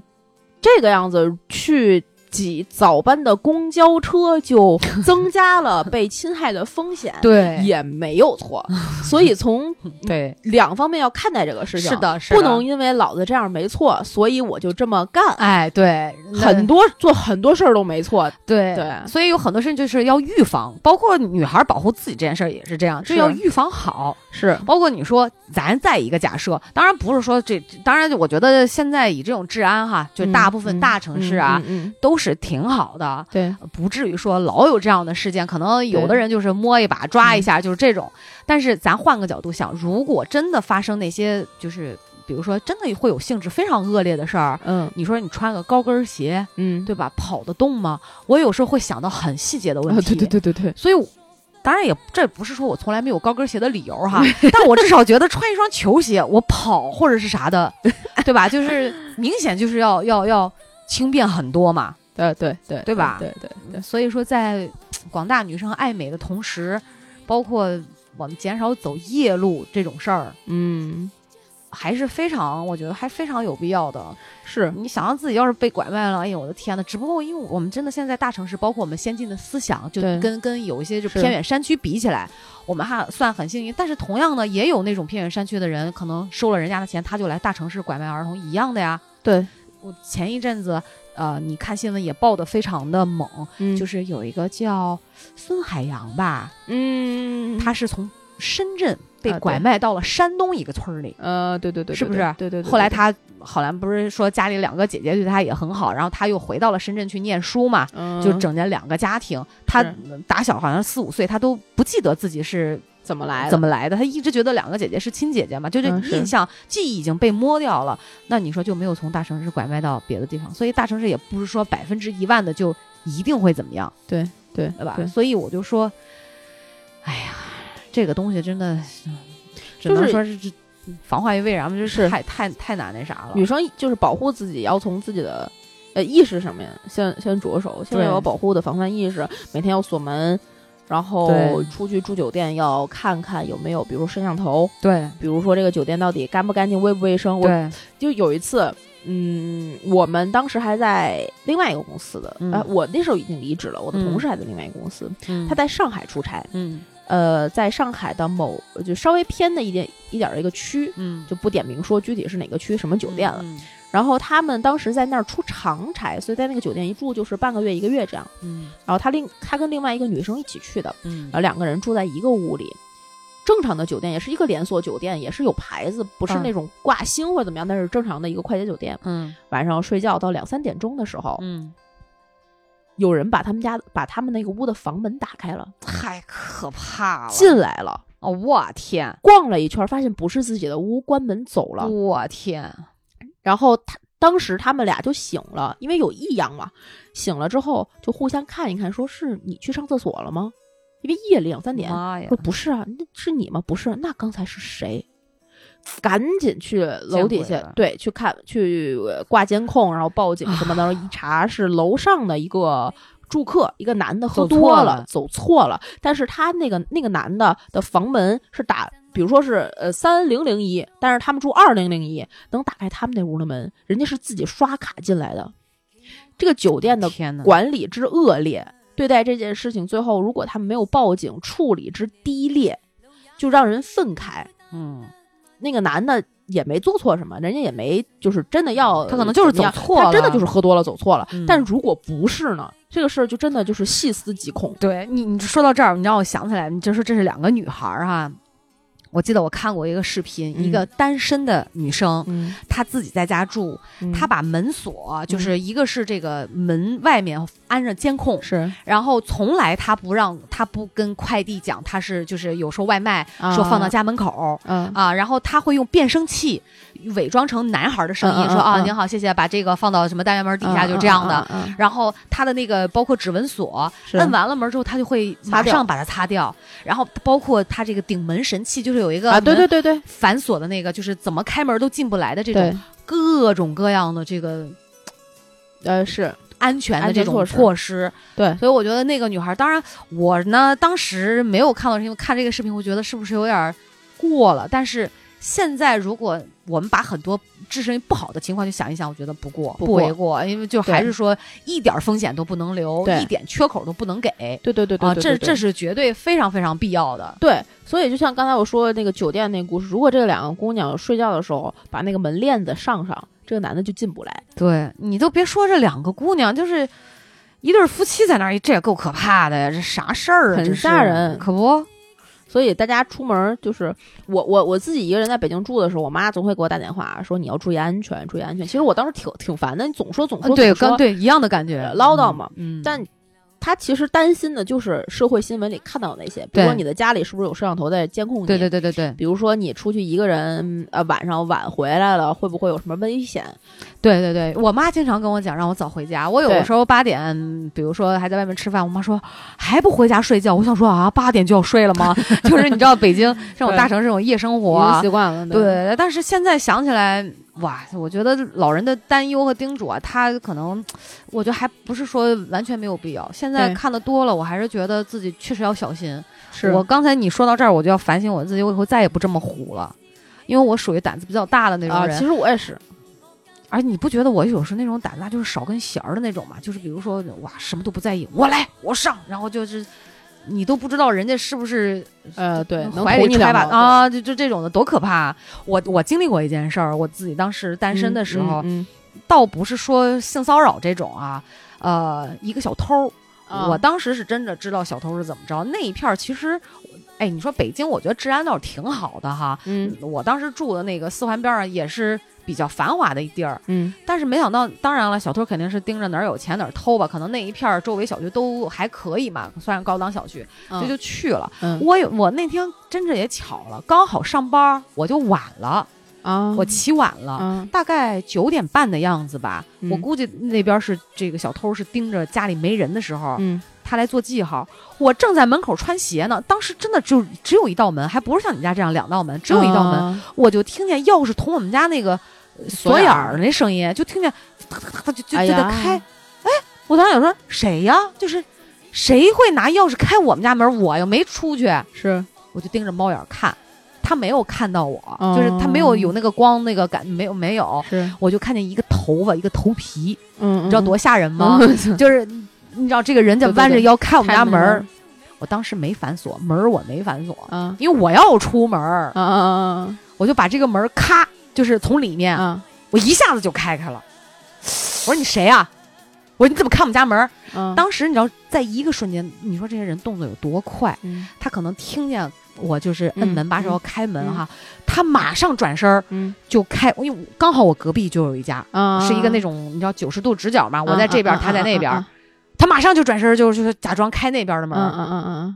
Speaker 4: 这个样子去挤早班的公交车，就增
Speaker 2: [LAUGHS]
Speaker 4: 加了被侵害的风险，
Speaker 2: 对
Speaker 4: 也没有
Speaker 2: [LAUGHS]
Speaker 4: 错。所以从
Speaker 2: 对，
Speaker 4: 两方面要看待这个事情，
Speaker 2: 是的，是的
Speaker 4: 不能因为老子这样没错，所以我就这么干。
Speaker 2: 哎，对，
Speaker 4: 很
Speaker 2: 多
Speaker 4: 多做很多事儿都没错，
Speaker 2: 对
Speaker 4: 对
Speaker 2: 所以有很多事情就是要预防，包括女孩保护自己这件事儿也是这样，就是要预防好。
Speaker 4: 是
Speaker 2: 包括你说，咱再一个假设，当然不是说这，当然我觉得现在以这种治安哈，就
Speaker 4: 嗯
Speaker 2: 大部分
Speaker 4: 嗯
Speaker 2: 大城市啊、
Speaker 4: 嗯，嗯
Speaker 2: 都是挺好的，
Speaker 4: 对，
Speaker 2: 不至于说老有这样的事件。可能有的人就是摸一把、抓一
Speaker 4: 嗯
Speaker 2: 下，就是这种。但是咱换个角度想，如果真的发生那些，就是比如说真的会有性质非常恶劣的事儿，
Speaker 4: 嗯
Speaker 2: 你说你穿个高跟鞋，
Speaker 4: 嗯，
Speaker 2: 对吧？跑得动吗？我有时候会想到很细节的问
Speaker 4: 啊
Speaker 2: 题。
Speaker 4: 对对对对对，
Speaker 2: 所以我，当然也这不是说我从来没有高跟鞋的理由
Speaker 4: [LAUGHS]
Speaker 2: 哈，但我至少觉得穿一双球鞋，我跑或者是啥
Speaker 4: [LAUGHS]
Speaker 2: 的，对吧？就是明显就是要要要轻便很多嘛。
Speaker 4: 对对对
Speaker 2: 对吧
Speaker 4: 对对对，
Speaker 2: 所以说，在广大女生爱美的同时，包括我们减少走夜路这种事儿，
Speaker 4: 嗯，
Speaker 2: 还是非常，我觉得还非常有必要的。
Speaker 4: 是
Speaker 2: 你想让自己要是被拐卖了，哎呦我的天呐！只不过因为我们真的现在大城市，包括我们先进的思想，就
Speaker 4: 对
Speaker 2: 跟跟有一些就是偏远山区比起来，我们还算很幸运。但是同样呢，也有那种偏远山区的人，可能收了人家的钱，他就来大城市拐卖儿童一样的呀。
Speaker 4: 对，
Speaker 2: 我前一阵子，呃，你看新闻也报的非常的猛，
Speaker 4: 嗯
Speaker 2: 就是是有一个叫孙海洋吧，
Speaker 4: 嗯，
Speaker 2: 他是从深圳被
Speaker 4: 啊对
Speaker 2: 拐卖到了山东一个村儿里。
Speaker 4: 呃，对对对，对
Speaker 2: 是不
Speaker 4: 对
Speaker 2: 是
Speaker 4: 对对对，
Speaker 2: 后来
Speaker 4: 对
Speaker 2: 他好像不是说家里两个姐姐对他也很好，然后他又回到了深圳去念书嘛，
Speaker 4: 嗯
Speaker 2: 就整见两个家庭。他
Speaker 4: 是
Speaker 2: 打小好像四五岁，他都不记得自己是
Speaker 4: 怎么来的
Speaker 2: 怎么来的，他一直觉得两个姐姐是亲姐姐嘛，就这
Speaker 4: 嗯是
Speaker 2: 印象、记忆已经被摸掉了。那你说就没有从大城市拐卖到别的地方，所以大城市也不是说百分之一万的就一定会怎么样，
Speaker 4: 对对
Speaker 2: 对吧？
Speaker 4: 对
Speaker 2: 所以我就说，哎呀，这个东西真的，嗯只
Speaker 4: 就
Speaker 2: 能
Speaker 4: 是
Speaker 2: 说是这。防患于未然嘛，就是太太太难那啥了。
Speaker 4: 女生就是保护自己，要从自己的呃意识上面先先着手，先
Speaker 2: 对
Speaker 4: 要有保护的防范意识，每天要锁门。然后
Speaker 2: 对
Speaker 4: 出去住酒店要看看有没有，比如摄像头，
Speaker 2: 对
Speaker 4: 比如说这个酒店到底干不干净、卫不卫生。我
Speaker 2: 对，
Speaker 4: 就有一次，嗯，我们当时还在另外一个公司的，
Speaker 2: 嗯
Speaker 4: 呃，我那时候已经离职了，我的
Speaker 2: 嗯
Speaker 4: 同事还在另外一个公司，
Speaker 2: 嗯
Speaker 4: 他在上海出差，
Speaker 2: 嗯
Speaker 4: 呃，在上海的某就稍微偏的一点一点儿的一个区，
Speaker 2: 嗯
Speaker 4: 就不点名说具体是哪个区、什么酒店了。
Speaker 2: 嗯
Speaker 4: 然后他们当时在那儿出长差，所以在那个酒店一住就是半个月、一个月这样。
Speaker 2: 嗯
Speaker 4: 然后他另他跟另外一个女生一起去的，
Speaker 2: 嗯
Speaker 4: 然后两个人住在一个屋里。正常的酒店也是一个连锁酒店，也是有牌子，不是
Speaker 2: 嗯
Speaker 4: 那种挂星或者怎么样，但是正常的一个快捷酒店。
Speaker 2: 嗯
Speaker 4: 晚上睡觉到两三点钟的时候，
Speaker 2: 嗯，
Speaker 4: 有人把他们家把他们那个屋的房门打开了，
Speaker 2: 太可怕了！
Speaker 4: 进来了，
Speaker 2: 哦，我天，
Speaker 4: 逛了一圈，发现不是自己的屋，关门走了。
Speaker 2: 我天，
Speaker 4: 然后他当时他们俩就醒了，因为有异样嘛。醒了之后就互相看一看，说是你去上厕所了吗？因为夜里两三点，
Speaker 2: 妈呀
Speaker 4: 说！不是啊，那是你吗？不是，啊那刚才是谁？赶紧去楼底
Speaker 2: 见
Speaker 4: 下
Speaker 2: 鬼了，
Speaker 4: 对，去看去呃挂监控，然后报警什么的。然后一查是楼上的一个住客，一个男的喝
Speaker 2: 走
Speaker 4: 多
Speaker 2: 错
Speaker 4: 了
Speaker 2: 了，
Speaker 4: 走错了。但是他那个那个男的的房门是打，比如说是呃三零零一，但是他们住二零零一，能打开他们那屋的门，人家是自己刷卡进来的。这个酒店的
Speaker 2: 天哪！
Speaker 4: 管理之恶劣，对待这件事情，最后如果他们没有报警，处理之低劣，就让人愤慨。
Speaker 2: 嗯，
Speaker 4: 那个男的也没做错什么，人家也没就是真的要，
Speaker 2: 他可能就是走错了
Speaker 4: 他真的就是喝多了走错了。
Speaker 2: 嗯
Speaker 4: 但如果不是呢，这个事儿就真的就是细思极恐。
Speaker 2: 对你，你说到这儿，你让我想起来，你就说这是两个女孩儿、哈。我记得我看过一个视频，
Speaker 4: 嗯
Speaker 2: 一个单身的女生，
Speaker 4: 嗯，
Speaker 2: 她自己在家住，她把门锁，就是一个是这个门外面安着监控，
Speaker 4: 是
Speaker 2: 然后从来她不让她不跟快递讲她是就是有时候外卖
Speaker 4: 啊
Speaker 2: 说放到，家门口。
Speaker 4: 嗯
Speaker 2: 啊，然后她会用变声器伪装成男孩儿的声音，
Speaker 4: 嗯嗯
Speaker 2: 说啊
Speaker 4: 嗯
Speaker 2: 您好，谢谢，把这个放到什么单元门底下，就这样
Speaker 4: 啊
Speaker 2: 的。，然后她的那个包括指纹锁，摁完了门之后，他就会马
Speaker 4: 擦掉
Speaker 2: 上把它擦掉。然后包括他这个顶门神器，就是有一个
Speaker 4: 啊，对对
Speaker 2: 门
Speaker 4: 对对
Speaker 2: 反锁的那个，就是怎么开门都进不来的这
Speaker 4: 对
Speaker 2: 种，各种各样的这个
Speaker 4: 呃是
Speaker 2: 安全的
Speaker 4: 安全
Speaker 2: 这种
Speaker 4: 措
Speaker 2: 措
Speaker 4: 施
Speaker 2: 施。
Speaker 4: 对，
Speaker 2: 所以我觉得那个女孩，当然我呢当时没有看到，是因为看这个视频，我觉得是不是有点儿过了？但是现在如果我们把很多置身于不好的情况去想一想，我觉得不过不
Speaker 4: 不过
Speaker 2: 为过，因为就还
Speaker 4: 对
Speaker 2: 是说一点儿风险都不能留，
Speaker 4: 对
Speaker 2: 一点缺口都不能给。
Speaker 4: 对对对哦对
Speaker 2: 啊，这这
Speaker 4: 是
Speaker 2: 是绝对非常非常必要的。
Speaker 4: 对。所以就像刚才我说的那个酒店那故事，如果这两个姑娘睡觉的时候把那个门链子上上，这个男的就进不来。
Speaker 2: 对你都别说这两个姑娘，就是一对夫妻在那儿，这也够可怕的呀！这啥事儿啊？
Speaker 4: 很
Speaker 2: 这是
Speaker 4: 吓人
Speaker 2: 可不？
Speaker 4: 所以大家出门就是我我我自己一个人在北京住的时候，我妈总会给我打电话说你要注意安全，注意安全。其实我当时挺挺烦的，你总说总说
Speaker 2: 呃啊对，
Speaker 4: 总说
Speaker 2: 跟对一样的感觉，
Speaker 4: 唠叨嘛。
Speaker 2: 嗯，
Speaker 4: 但她其实担心的就是社会新闻里看到的那些，比如说
Speaker 2: 对
Speaker 4: 你的家里是不是有摄像头在监控你？
Speaker 2: 对对对对对
Speaker 4: 比如说你出去一个人，呃，晚上晚回来了，会不会有什么危险？
Speaker 2: 对对对，我妈经常跟我讲让我早回家。我有
Speaker 4: 对
Speaker 2: 的时候八点，比如说还在外面吃饭，我妈说还不回家睡觉。我想说啊，八点就要睡了吗？ [LAUGHS] 就是你知道北京这种大城市这种夜生活
Speaker 4: 已
Speaker 2: 啊
Speaker 4: 经习惯了。对
Speaker 2: 对，但是现在想起来，哇，我觉得老人的担忧和叮嘱啊，他可能，我觉得还不是说完全没有必要。现在
Speaker 4: 对
Speaker 2: 看的多了，我还是觉得自己确实要小心。
Speaker 4: 是
Speaker 2: 我刚才你说到这儿，我就要反省我自己，我以后再也不这么虎了，因为我属于胆子比较大的那种
Speaker 4: 啊，
Speaker 2: 人。
Speaker 4: 其实我也是，
Speaker 2: 而你不觉得我有时候那种胆子大就是少根弦儿的那种嘛？就是比如说，哇，什么都不在意，我来，我上，然后就是。你都不知道人家是不是
Speaker 4: 呃，对，能
Speaker 2: 嗯怀
Speaker 4: 捅
Speaker 2: 里
Speaker 4: 你
Speaker 2: 揣
Speaker 4: 两
Speaker 2: 把
Speaker 4: 刀
Speaker 2: 啊，就就这种的多可怕、啊我我经历过一件事儿，我自己当时单身的时候，
Speaker 4: 嗯
Speaker 2: 倒不是说性骚扰这种啊，呃，一个小偷儿，
Speaker 4: 嗯
Speaker 2: 我当时是真的知道小偷是怎么着。那一片儿其实，哎，你说北京，我觉得治安倒是挺好的哈。
Speaker 4: 嗯
Speaker 2: 我当时住的那个四环边儿啊上也是比较繁华的一地儿，
Speaker 4: 嗯
Speaker 2: 但是没想到，当然了，小偷肯定是盯着哪儿有钱哪儿偷吧，可能那一片儿周围小区都还可以嘛，算是高档小区，
Speaker 4: 嗯
Speaker 2: 所以就去了。
Speaker 4: 嗯
Speaker 2: 我有我那天真是也巧了，刚好上班儿我就晚了，
Speaker 4: 啊
Speaker 2: 嗯我起晚了。
Speaker 4: 啊
Speaker 2: 大概九点半的样子吧，
Speaker 4: 嗯
Speaker 2: 我估计那边是这个小偷是盯着家里没人的时候，
Speaker 4: 嗯
Speaker 2: 他来做记号。我正在门口穿鞋呢，当时真的就只有一道门，还不是像你家这样两道门，只有一道门，
Speaker 4: 啊
Speaker 2: 我就听见钥匙捅我们家那个呃锁眼儿那声音，就听见咔咔咔咔就就
Speaker 4: 哎
Speaker 2: 就
Speaker 4: 呀
Speaker 2: 在开。哎，我当时想说谁呀？就是谁会拿钥匙开我们家门？我又没出去，
Speaker 4: 是
Speaker 2: 我就盯着猫眼儿看，他没有看到我，
Speaker 4: 哦
Speaker 2: 就是他没有有那个光那个感，没有没有，
Speaker 4: 是，
Speaker 2: 我就看见一个头发，一个头皮，
Speaker 4: 嗯，
Speaker 2: 你知道多吓人吗？ [LAUGHS] 就是你嗯知道这个人家
Speaker 4: 对对
Speaker 2: 弯着
Speaker 4: 对
Speaker 2: 腰开我们
Speaker 4: 开
Speaker 2: 家
Speaker 4: 门
Speaker 2: 门儿
Speaker 4: 了，
Speaker 2: 我当时没反锁门儿，我没反锁，
Speaker 4: [LAUGHS] 啊
Speaker 2: 因为我要出门儿，
Speaker 4: 啊啊
Speaker 2: 我就把这个门儿咔，就是从里
Speaker 4: 啊
Speaker 2: 面
Speaker 4: 啊
Speaker 2: 我一下子就开开了。我说你谁啊？我说你怎么看我们家门儿？
Speaker 4: 啊！
Speaker 2: 当时你知道，在一个瞬间，你说这些人动作有多快？
Speaker 4: 嗯
Speaker 2: 他可能听见我就是摁
Speaker 4: 嗯
Speaker 2: 门把手
Speaker 4: 嗯
Speaker 2: 要开门哈，他马上转身儿
Speaker 4: 嗯
Speaker 2: 就开，因为我刚好我隔壁就有一家，
Speaker 4: 啊，
Speaker 2: 是一个那种你知道九十度直角嘛，
Speaker 4: 啊
Speaker 2: 我在这边，
Speaker 4: 啊
Speaker 2: 他在那边
Speaker 4: 啊，
Speaker 2: 他马上就转身儿就就是假装开那边的门
Speaker 4: 啊啊
Speaker 2: 儿。
Speaker 4: 啊啊啊！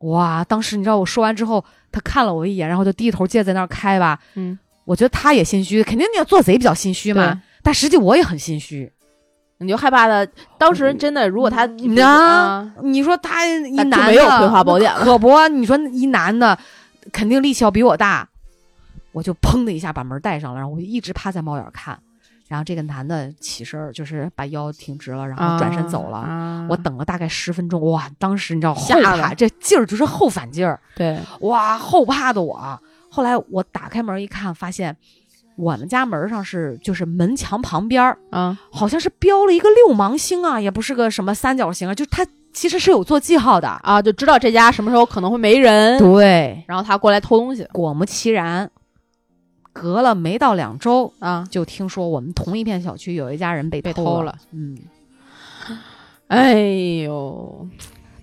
Speaker 2: 哇，当时你知道我说完之后，他看了我一眼，然后就低头接着在那儿开吧。
Speaker 4: 嗯，
Speaker 2: 我觉得他也心虚，肯定你要做贼比较心虚嘛
Speaker 4: 对，
Speaker 2: 但实际我也很心虚。
Speaker 4: 你就害怕他，当时真的，如果他
Speaker 2: 你呢？
Speaker 4: 嗯啊
Speaker 2: 你说他一
Speaker 4: 那就
Speaker 2: 男的
Speaker 4: 没有葵花宝典了
Speaker 2: 可不，啊你说一男的肯定力气要比我大，我就砰的一下把门带上了，然后我就一直趴在猫眼儿看，然后这个男的起身儿就是把腰挺直了，然后转身走了。
Speaker 4: 啊
Speaker 2: 我等了大概十分钟，哇！当时你知道后
Speaker 4: 吓得
Speaker 2: 怕，这劲儿就是后反劲儿，
Speaker 4: 对，
Speaker 2: 哇，后怕的我。后来我打开门一看，发现我们家门上是就是门墙旁边儿
Speaker 4: 啊
Speaker 2: 好像是标了一个六芒星啊，也不是个什么三角形啊，就是它其实是有做记号的。
Speaker 4: 啊，就知道这家什么时候可能会没人，
Speaker 2: 对，
Speaker 4: 然后他过来偷东西
Speaker 2: 果不其然，隔了没到两周，
Speaker 4: 啊。
Speaker 2: 就听说我们同一片小区有一家人被
Speaker 4: 被
Speaker 2: 偷
Speaker 4: 偷
Speaker 2: 了
Speaker 4: 了。
Speaker 2: 嗯，
Speaker 4: 哎呦，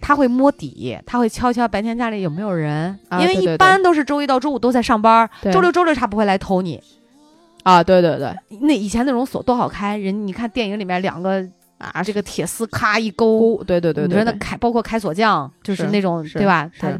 Speaker 2: 他会摸底，他会敲敲白天家里有没有人，
Speaker 4: 啊
Speaker 2: 因为
Speaker 4: 对对
Speaker 2: 一般都是周一到周五都在上班，
Speaker 4: 对
Speaker 2: 周六周日他不会来偷你。
Speaker 4: 啊，对对对，
Speaker 2: 那以前那种锁多好开，人你看电影里面两个啊，这个铁丝咔一勾，
Speaker 4: 对对对
Speaker 2: 你说
Speaker 4: 对
Speaker 2: 那
Speaker 4: 对，
Speaker 2: 开包括开锁匠，就是
Speaker 4: 是
Speaker 2: 那种
Speaker 4: 是
Speaker 2: 对吧？
Speaker 4: 是
Speaker 2: 他，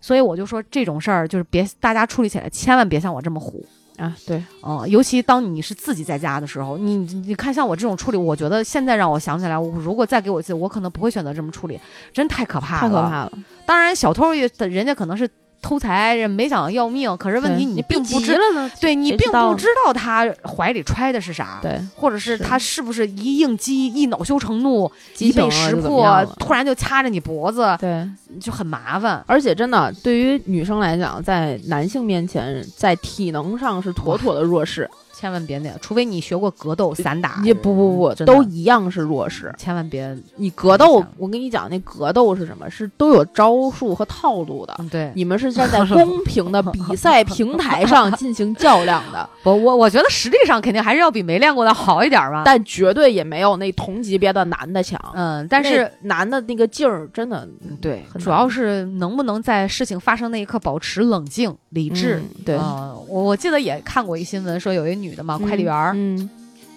Speaker 2: 所以我就说这种事儿就是别大家处理起来千万别像我这么虎。
Speaker 4: 啊，对，
Speaker 2: 嗯，尤其当你是自己在家的时候，你你你看像我这种处理，我觉得现在让我想起来，我如果再给我一次，我可能不会选择这么处理，真太可怕了。
Speaker 4: 太可！怕了。
Speaker 2: 当然，小偷也人家可能是偷财，人没想要命，可是问题
Speaker 4: 对
Speaker 2: 并
Speaker 4: 逼
Speaker 2: 不
Speaker 4: 急
Speaker 2: 知，
Speaker 4: 了呢，
Speaker 2: 对你
Speaker 4: 谁
Speaker 2: 并
Speaker 4: 知道
Speaker 2: 不
Speaker 4: 呢
Speaker 2: 知道他怀里揣的是啥，
Speaker 4: 对，
Speaker 2: 或者是
Speaker 4: 是
Speaker 2: 他是不是一应激一恼羞成怒，一
Speaker 4: 激
Speaker 2: 被
Speaker 4: 情了
Speaker 2: 识
Speaker 4: 就怎么
Speaker 2: 破
Speaker 4: 样了，
Speaker 2: 突然就掐着你脖子，
Speaker 4: 对，
Speaker 2: 就很麻烦。
Speaker 4: 而且真的，对于女生来讲，在男性面前，在体能上是妥妥的弱势。
Speaker 2: 千万别那样，除非你学过格斗、散打。
Speaker 4: 也啊不不不，
Speaker 2: 真的
Speaker 4: 都一样是弱势。
Speaker 2: 千万别，
Speaker 4: 你格斗
Speaker 2: 真的，
Speaker 4: 我跟你讲，那格斗是什么？是都有招数和套路的。
Speaker 2: 嗯，对，
Speaker 4: 你们是站 [LAUGHS] 在公平的比赛平台上进行较 [LAUGHS] 量的，
Speaker 2: 我我我觉得实力上肯定还是要比没练过的好一点儿吧。
Speaker 4: 但绝对也没有那同级别的男的强。
Speaker 2: 嗯，但是
Speaker 4: 啊
Speaker 2: 嗯
Speaker 4: 那男的那个劲儿真的
Speaker 2: 对，
Speaker 4: 很
Speaker 2: 主要
Speaker 4: 难啊
Speaker 2: 是能不能在事情发生那一刻保持冷静、理智。
Speaker 4: 嗯对，
Speaker 2: 嗯我我记得也看过一新闻，说有一女的嘛，
Speaker 4: 嗯
Speaker 2: 快递员儿
Speaker 4: 嗯，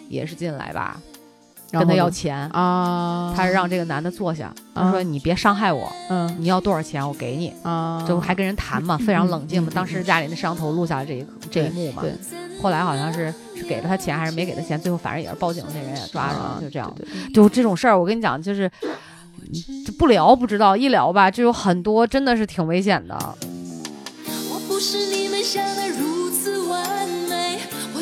Speaker 2: 也是进来吧，
Speaker 4: 然
Speaker 2: 跟
Speaker 4: 后
Speaker 2: 他
Speaker 4: 呢
Speaker 2: 要钱，
Speaker 4: 啊，
Speaker 2: 他让这个男的坐下，他说
Speaker 4: 啊
Speaker 2: 你别伤害我，
Speaker 4: 嗯
Speaker 2: 你要多少钱我给你。
Speaker 4: 啊，
Speaker 2: 就还跟人谈嘛，非常冷静嘛。当时家里那摄像头录下了这一这一
Speaker 4: 对
Speaker 2: 幕嘛。
Speaker 4: 嗯对
Speaker 2: 后来好像是是给了他钱还是没给他钱，最后反正也是报警，那人也抓着了，
Speaker 4: 啊
Speaker 2: 就这样。
Speaker 4: 对对
Speaker 2: 就这种事儿，我跟你讲，就是嗯就不聊不知道，一聊吧，就有很多真的是挺危险的。
Speaker 5: 我不是你们想的如此完美，我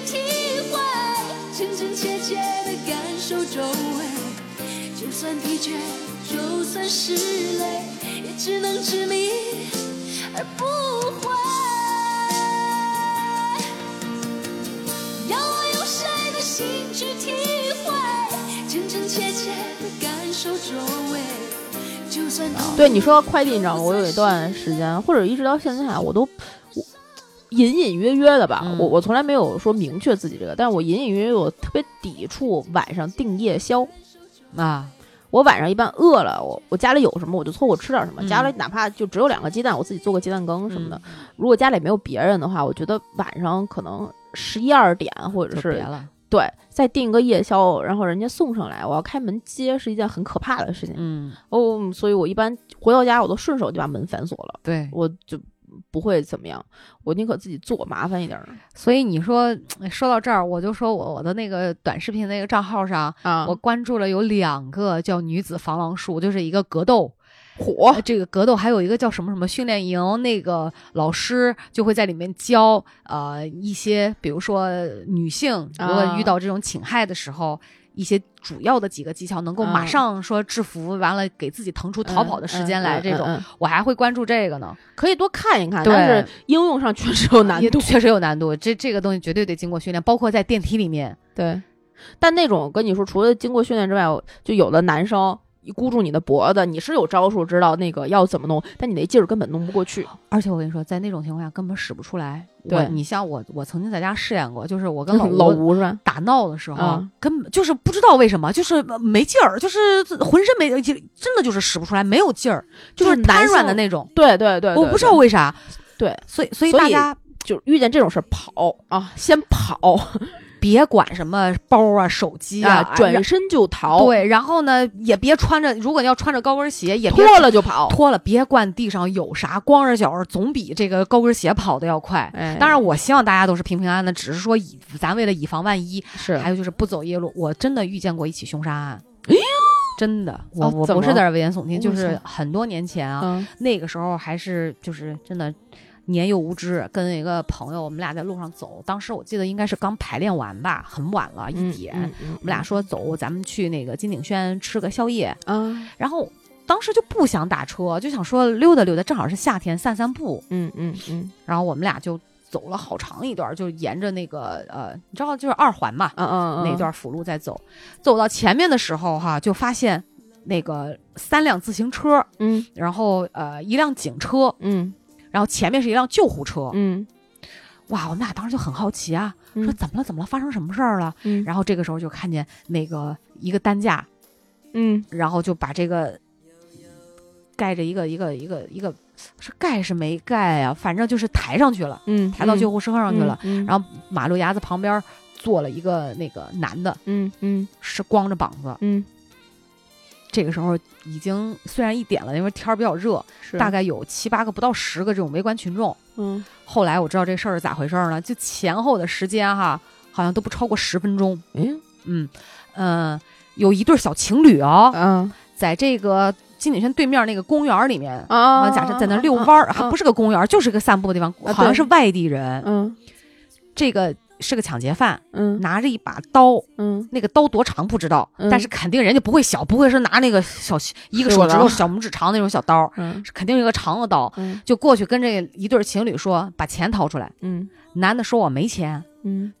Speaker 5: 体会，真真切切的感受周围，就算疲倦，就算是累，也只能执迷而不悔。要我用谁的心去体会，真真切切的感受周围，就算痛苦
Speaker 4: 对你说到快递，你知道吗？我有一段时间，或者一直到现在，啊我都我隐隐约约的吧，
Speaker 2: 嗯
Speaker 4: 我我从来没有说明确自己这个，但是我隐隐约约我特别抵触晚上订夜宵。
Speaker 2: 啊，
Speaker 4: 我晚上一般饿了，我我家里有什么我就凑合吃点什么，
Speaker 2: 嗯
Speaker 4: 家里哪怕就只有两个鸡蛋，我自己做个鸡蛋羹什么的。如果家里没有别人的话，我觉得晚上可能十一二点或者
Speaker 2: 就别
Speaker 4: 是
Speaker 2: 了，
Speaker 4: 对，再订个夜宵，然后人家送上来，我要开门接是一件很可怕的事情。
Speaker 2: 嗯，
Speaker 4: 哦、所以我一般回到家，我都顺手就把门反锁了，
Speaker 2: 对，
Speaker 4: 我就不会怎么样，我宁可自己做，麻烦一点儿
Speaker 2: 所以你说哎说到这儿，我就说我我的那个短视频那个账号上，
Speaker 4: 啊
Speaker 2: 我关注了有两个叫女子防狼术，就是一个格斗，
Speaker 4: 火
Speaker 2: 呃这个格斗还有一个叫什么什么训练营，那个老师就会在里面教呃一些，比如说女性如果
Speaker 4: 啊
Speaker 2: 遇到这种侵害的时候。一些主要的几个技巧，能够马
Speaker 4: 嗯
Speaker 2: 上说制服，完了给自己腾出逃跑的时间来，这
Speaker 4: 嗯
Speaker 2: 种我还会关注这个呢。
Speaker 4: 可以多看一看，
Speaker 2: 对
Speaker 4: 但是应用上确实有难
Speaker 2: 也
Speaker 4: 度。
Speaker 2: 确实有难度，这这个东西绝对得经过训练，包括在电梯里面，
Speaker 4: 对，但那种我跟你说，除了经过训练之外，我就有的男生。一箍住你的脖子，你是有招数知道那个要怎么弄，但你那劲儿根本弄不过去。
Speaker 2: 而且我跟你说，在那种情况下根本使不出来。
Speaker 4: 对
Speaker 2: 我你像我，我曾经在家试验过，就是我跟
Speaker 4: 老
Speaker 2: 老吴
Speaker 4: 吴是吧？
Speaker 2: 打闹的时候，
Speaker 4: 啊
Speaker 2: 根本就是不知道为什么，就是呃没劲儿，就是浑身没，真的就是使不出来，没有劲儿，
Speaker 4: 就
Speaker 2: 就是是瘫
Speaker 4: 男
Speaker 2: 软
Speaker 4: 生
Speaker 2: 的那种。
Speaker 4: 对对对，
Speaker 2: 我不知道为啥，
Speaker 4: 对，
Speaker 2: 所以所以
Speaker 4: 所
Speaker 2: 大
Speaker 4: 以
Speaker 2: 家
Speaker 4: 就是遇见这种事儿跑啊，先跑
Speaker 2: 别管什么包啊、手机
Speaker 4: 啊，
Speaker 2: 然
Speaker 4: 转身就逃，，
Speaker 2: 对，然后呢也别穿着，如果你要穿着高跟鞋，也别
Speaker 4: 脱了就跑。
Speaker 2: 脱了，别惯地上有啥，光着脚儿总比这个高跟鞋跑的要快。
Speaker 4: 哎
Speaker 2: 当然，我希望大家都是平平安安的，只是说以咱为了以防万一，
Speaker 4: 是哎
Speaker 2: 还有就是不走夜路。我真的遇见过一起凶杀案，真的，我、
Speaker 4: 哦
Speaker 2: 我
Speaker 4: 怎
Speaker 2: 不
Speaker 4: 么
Speaker 2: 是在这儿危言耸听，
Speaker 4: 我
Speaker 2: 就是
Speaker 4: 操
Speaker 2: 很多年前啊，
Speaker 4: 嗯
Speaker 2: 那个时候还是就是真的年幼无知，跟一个朋友我们俩在路上走，当时我记得应该是刚排练完吧，很晚了，
Speaker 4: 嗯
Speaker 2: 一点，我们俩说走，咱们去那个金鼎轩吃个宵夜，
Speaker 4: 啊，
Speaker 2: 然后。当时就不想打车，就想说溜达溜达，正好是夏天散散步。
Speaker 4: 嗯嗯嗯
Speaker 2: 然后我们俩就走了好长一段儿，就沿着那个呃，你知道就是二环嘛，
Speaker 4: 嗯嗯，
Speaker 2: 那段辅路在走，走到前面的时候哈、就发现那个三辆自行车，
Speaker 4: 嗯
Speaker 2: 然后呃一辆警车，
Speaker 4: 嗯
Speaker 2: 然后前面是一辆救护车。
Speaker 4: 嗯
Speaker 2: 哇，我们俩当时就很好奇啊，
Speaker 4: 嗯
Speaker 2: 说怎么了？怎么了？发生什么事儿了？
Speaker 4: 嗯
Speaker 2: 然后这个时候就看见那个一个担架，
Speaker 4: 嗯
Speaker 2: 然后就把这个盖着一个一个一个一个是盖是没盖啊，反正就是抬上去了，
Speaker 4: 嗯，
Speaker 2: 抬到救护车上去了。，
Speaker 4: 然
Speaker 2: 然后马路牙子旁边儿坐了一个那个男的，
Speaker 4: 嗯嗯
Speaker 2: 是光着膀子，
Speaker 4: 嗯，
Speaker 2: 这个时候已经虽然一点了，因为天儿比较热，
Speaker 4: 是
Speaker 2: 大概有七八个不到十个这种围观群众。
Speaker 4: 嗯
Speaker 2: 后来我知道这事儿是咋回事儿呢，就前后的时间哈，好像都不超过十分钟。
Speaker 4: 嗯
Speaker 2: 嗯嗯、呃有一对小情侣啊、
Speaker 4: 啊
Speaker 2: 在这个金鼎轩对面那个公园里面，
Speaker 4: 啊
Speaker 2: 完假设在那遛弯儿，还不
Speaker 4: 是
Speaker 2: 是个公园，就是个散步的地方，
Speaker 4: 哦啊
Speaker 2: 好像
Speaker 4: 对
Speaker 2: 是外地人。
Speaker 4: 嗯
Speaker 2: 这个是个抢劫犯，
Speaker 4: 嗯
Speaker 2: 拿着一把刀，
Speaker 4: 嗯
Speaker 2: 那个刀多长不知道，
Speaker 4: 嗯
Speaker 2: 但是肯定人家不会小，不会是拿那个小一个
Speaker 4: 是
Speaker 2: 手
Speaker 4: 我
Speaker 2: 指
Speaker 4: 的
Speaker 2: 头小拇指长那种小刀，
Speaker 4: 嗯
Speaker 2: 是肯定有一个长的刀，
Speaker 4: 嗯
Speaker 2: 就过去跟这一对情侣说把钱掏出来。
Speaker 4: 嗯
Speaker 2: 男的说我没钱，
Speaker 4: 嗯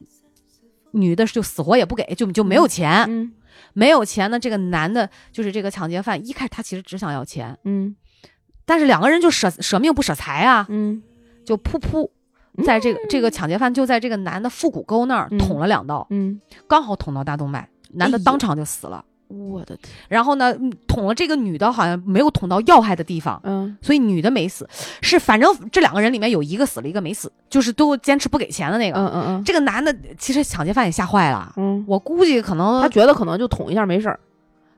Speaker 2: 女的就死活也不给，就就没有钱。
Speaker 4: 嗯
Speaker 2: 没有钱呢，这个男的就是这个抢劫犯，一开始他其实只想要钱，
Speaker 4: 嗯
Speaker 2: 但是两个人就舍舍命不舍财啊，
Speaker 4: 嗯
Speaker 2: 就噗噗。在这个、这个抢劫犯就在这个男的腹股沟那儿
Speaker 4: 嗯
Speaker 2: 捅了两刀，
Speaker 4: 嗯，
Speaker 2: 刚好捅到大动脉，男的
Speaker 4: 哎呦
Speaker 2: 当场就死了。
Speaker 4: 我的天，
Speaker 2: 然后呢，嗯捅了这个女的，好像没有捅到要害的地方，
Speaker 4: 嗯
Speaker 2: 所以女的没死。是反正这两个人里面有一个死了，一个没死，就是都坚持不给钱的那个。
Speaker 4: 嗯嗯嗯
Speaker 2: 这个男的其实抢劫犯也吓坏了，
Speaker 4: 嗯，
Speaker 2: 我估计可能
Speaker 4: 他觉得可能就捅一下没事儿，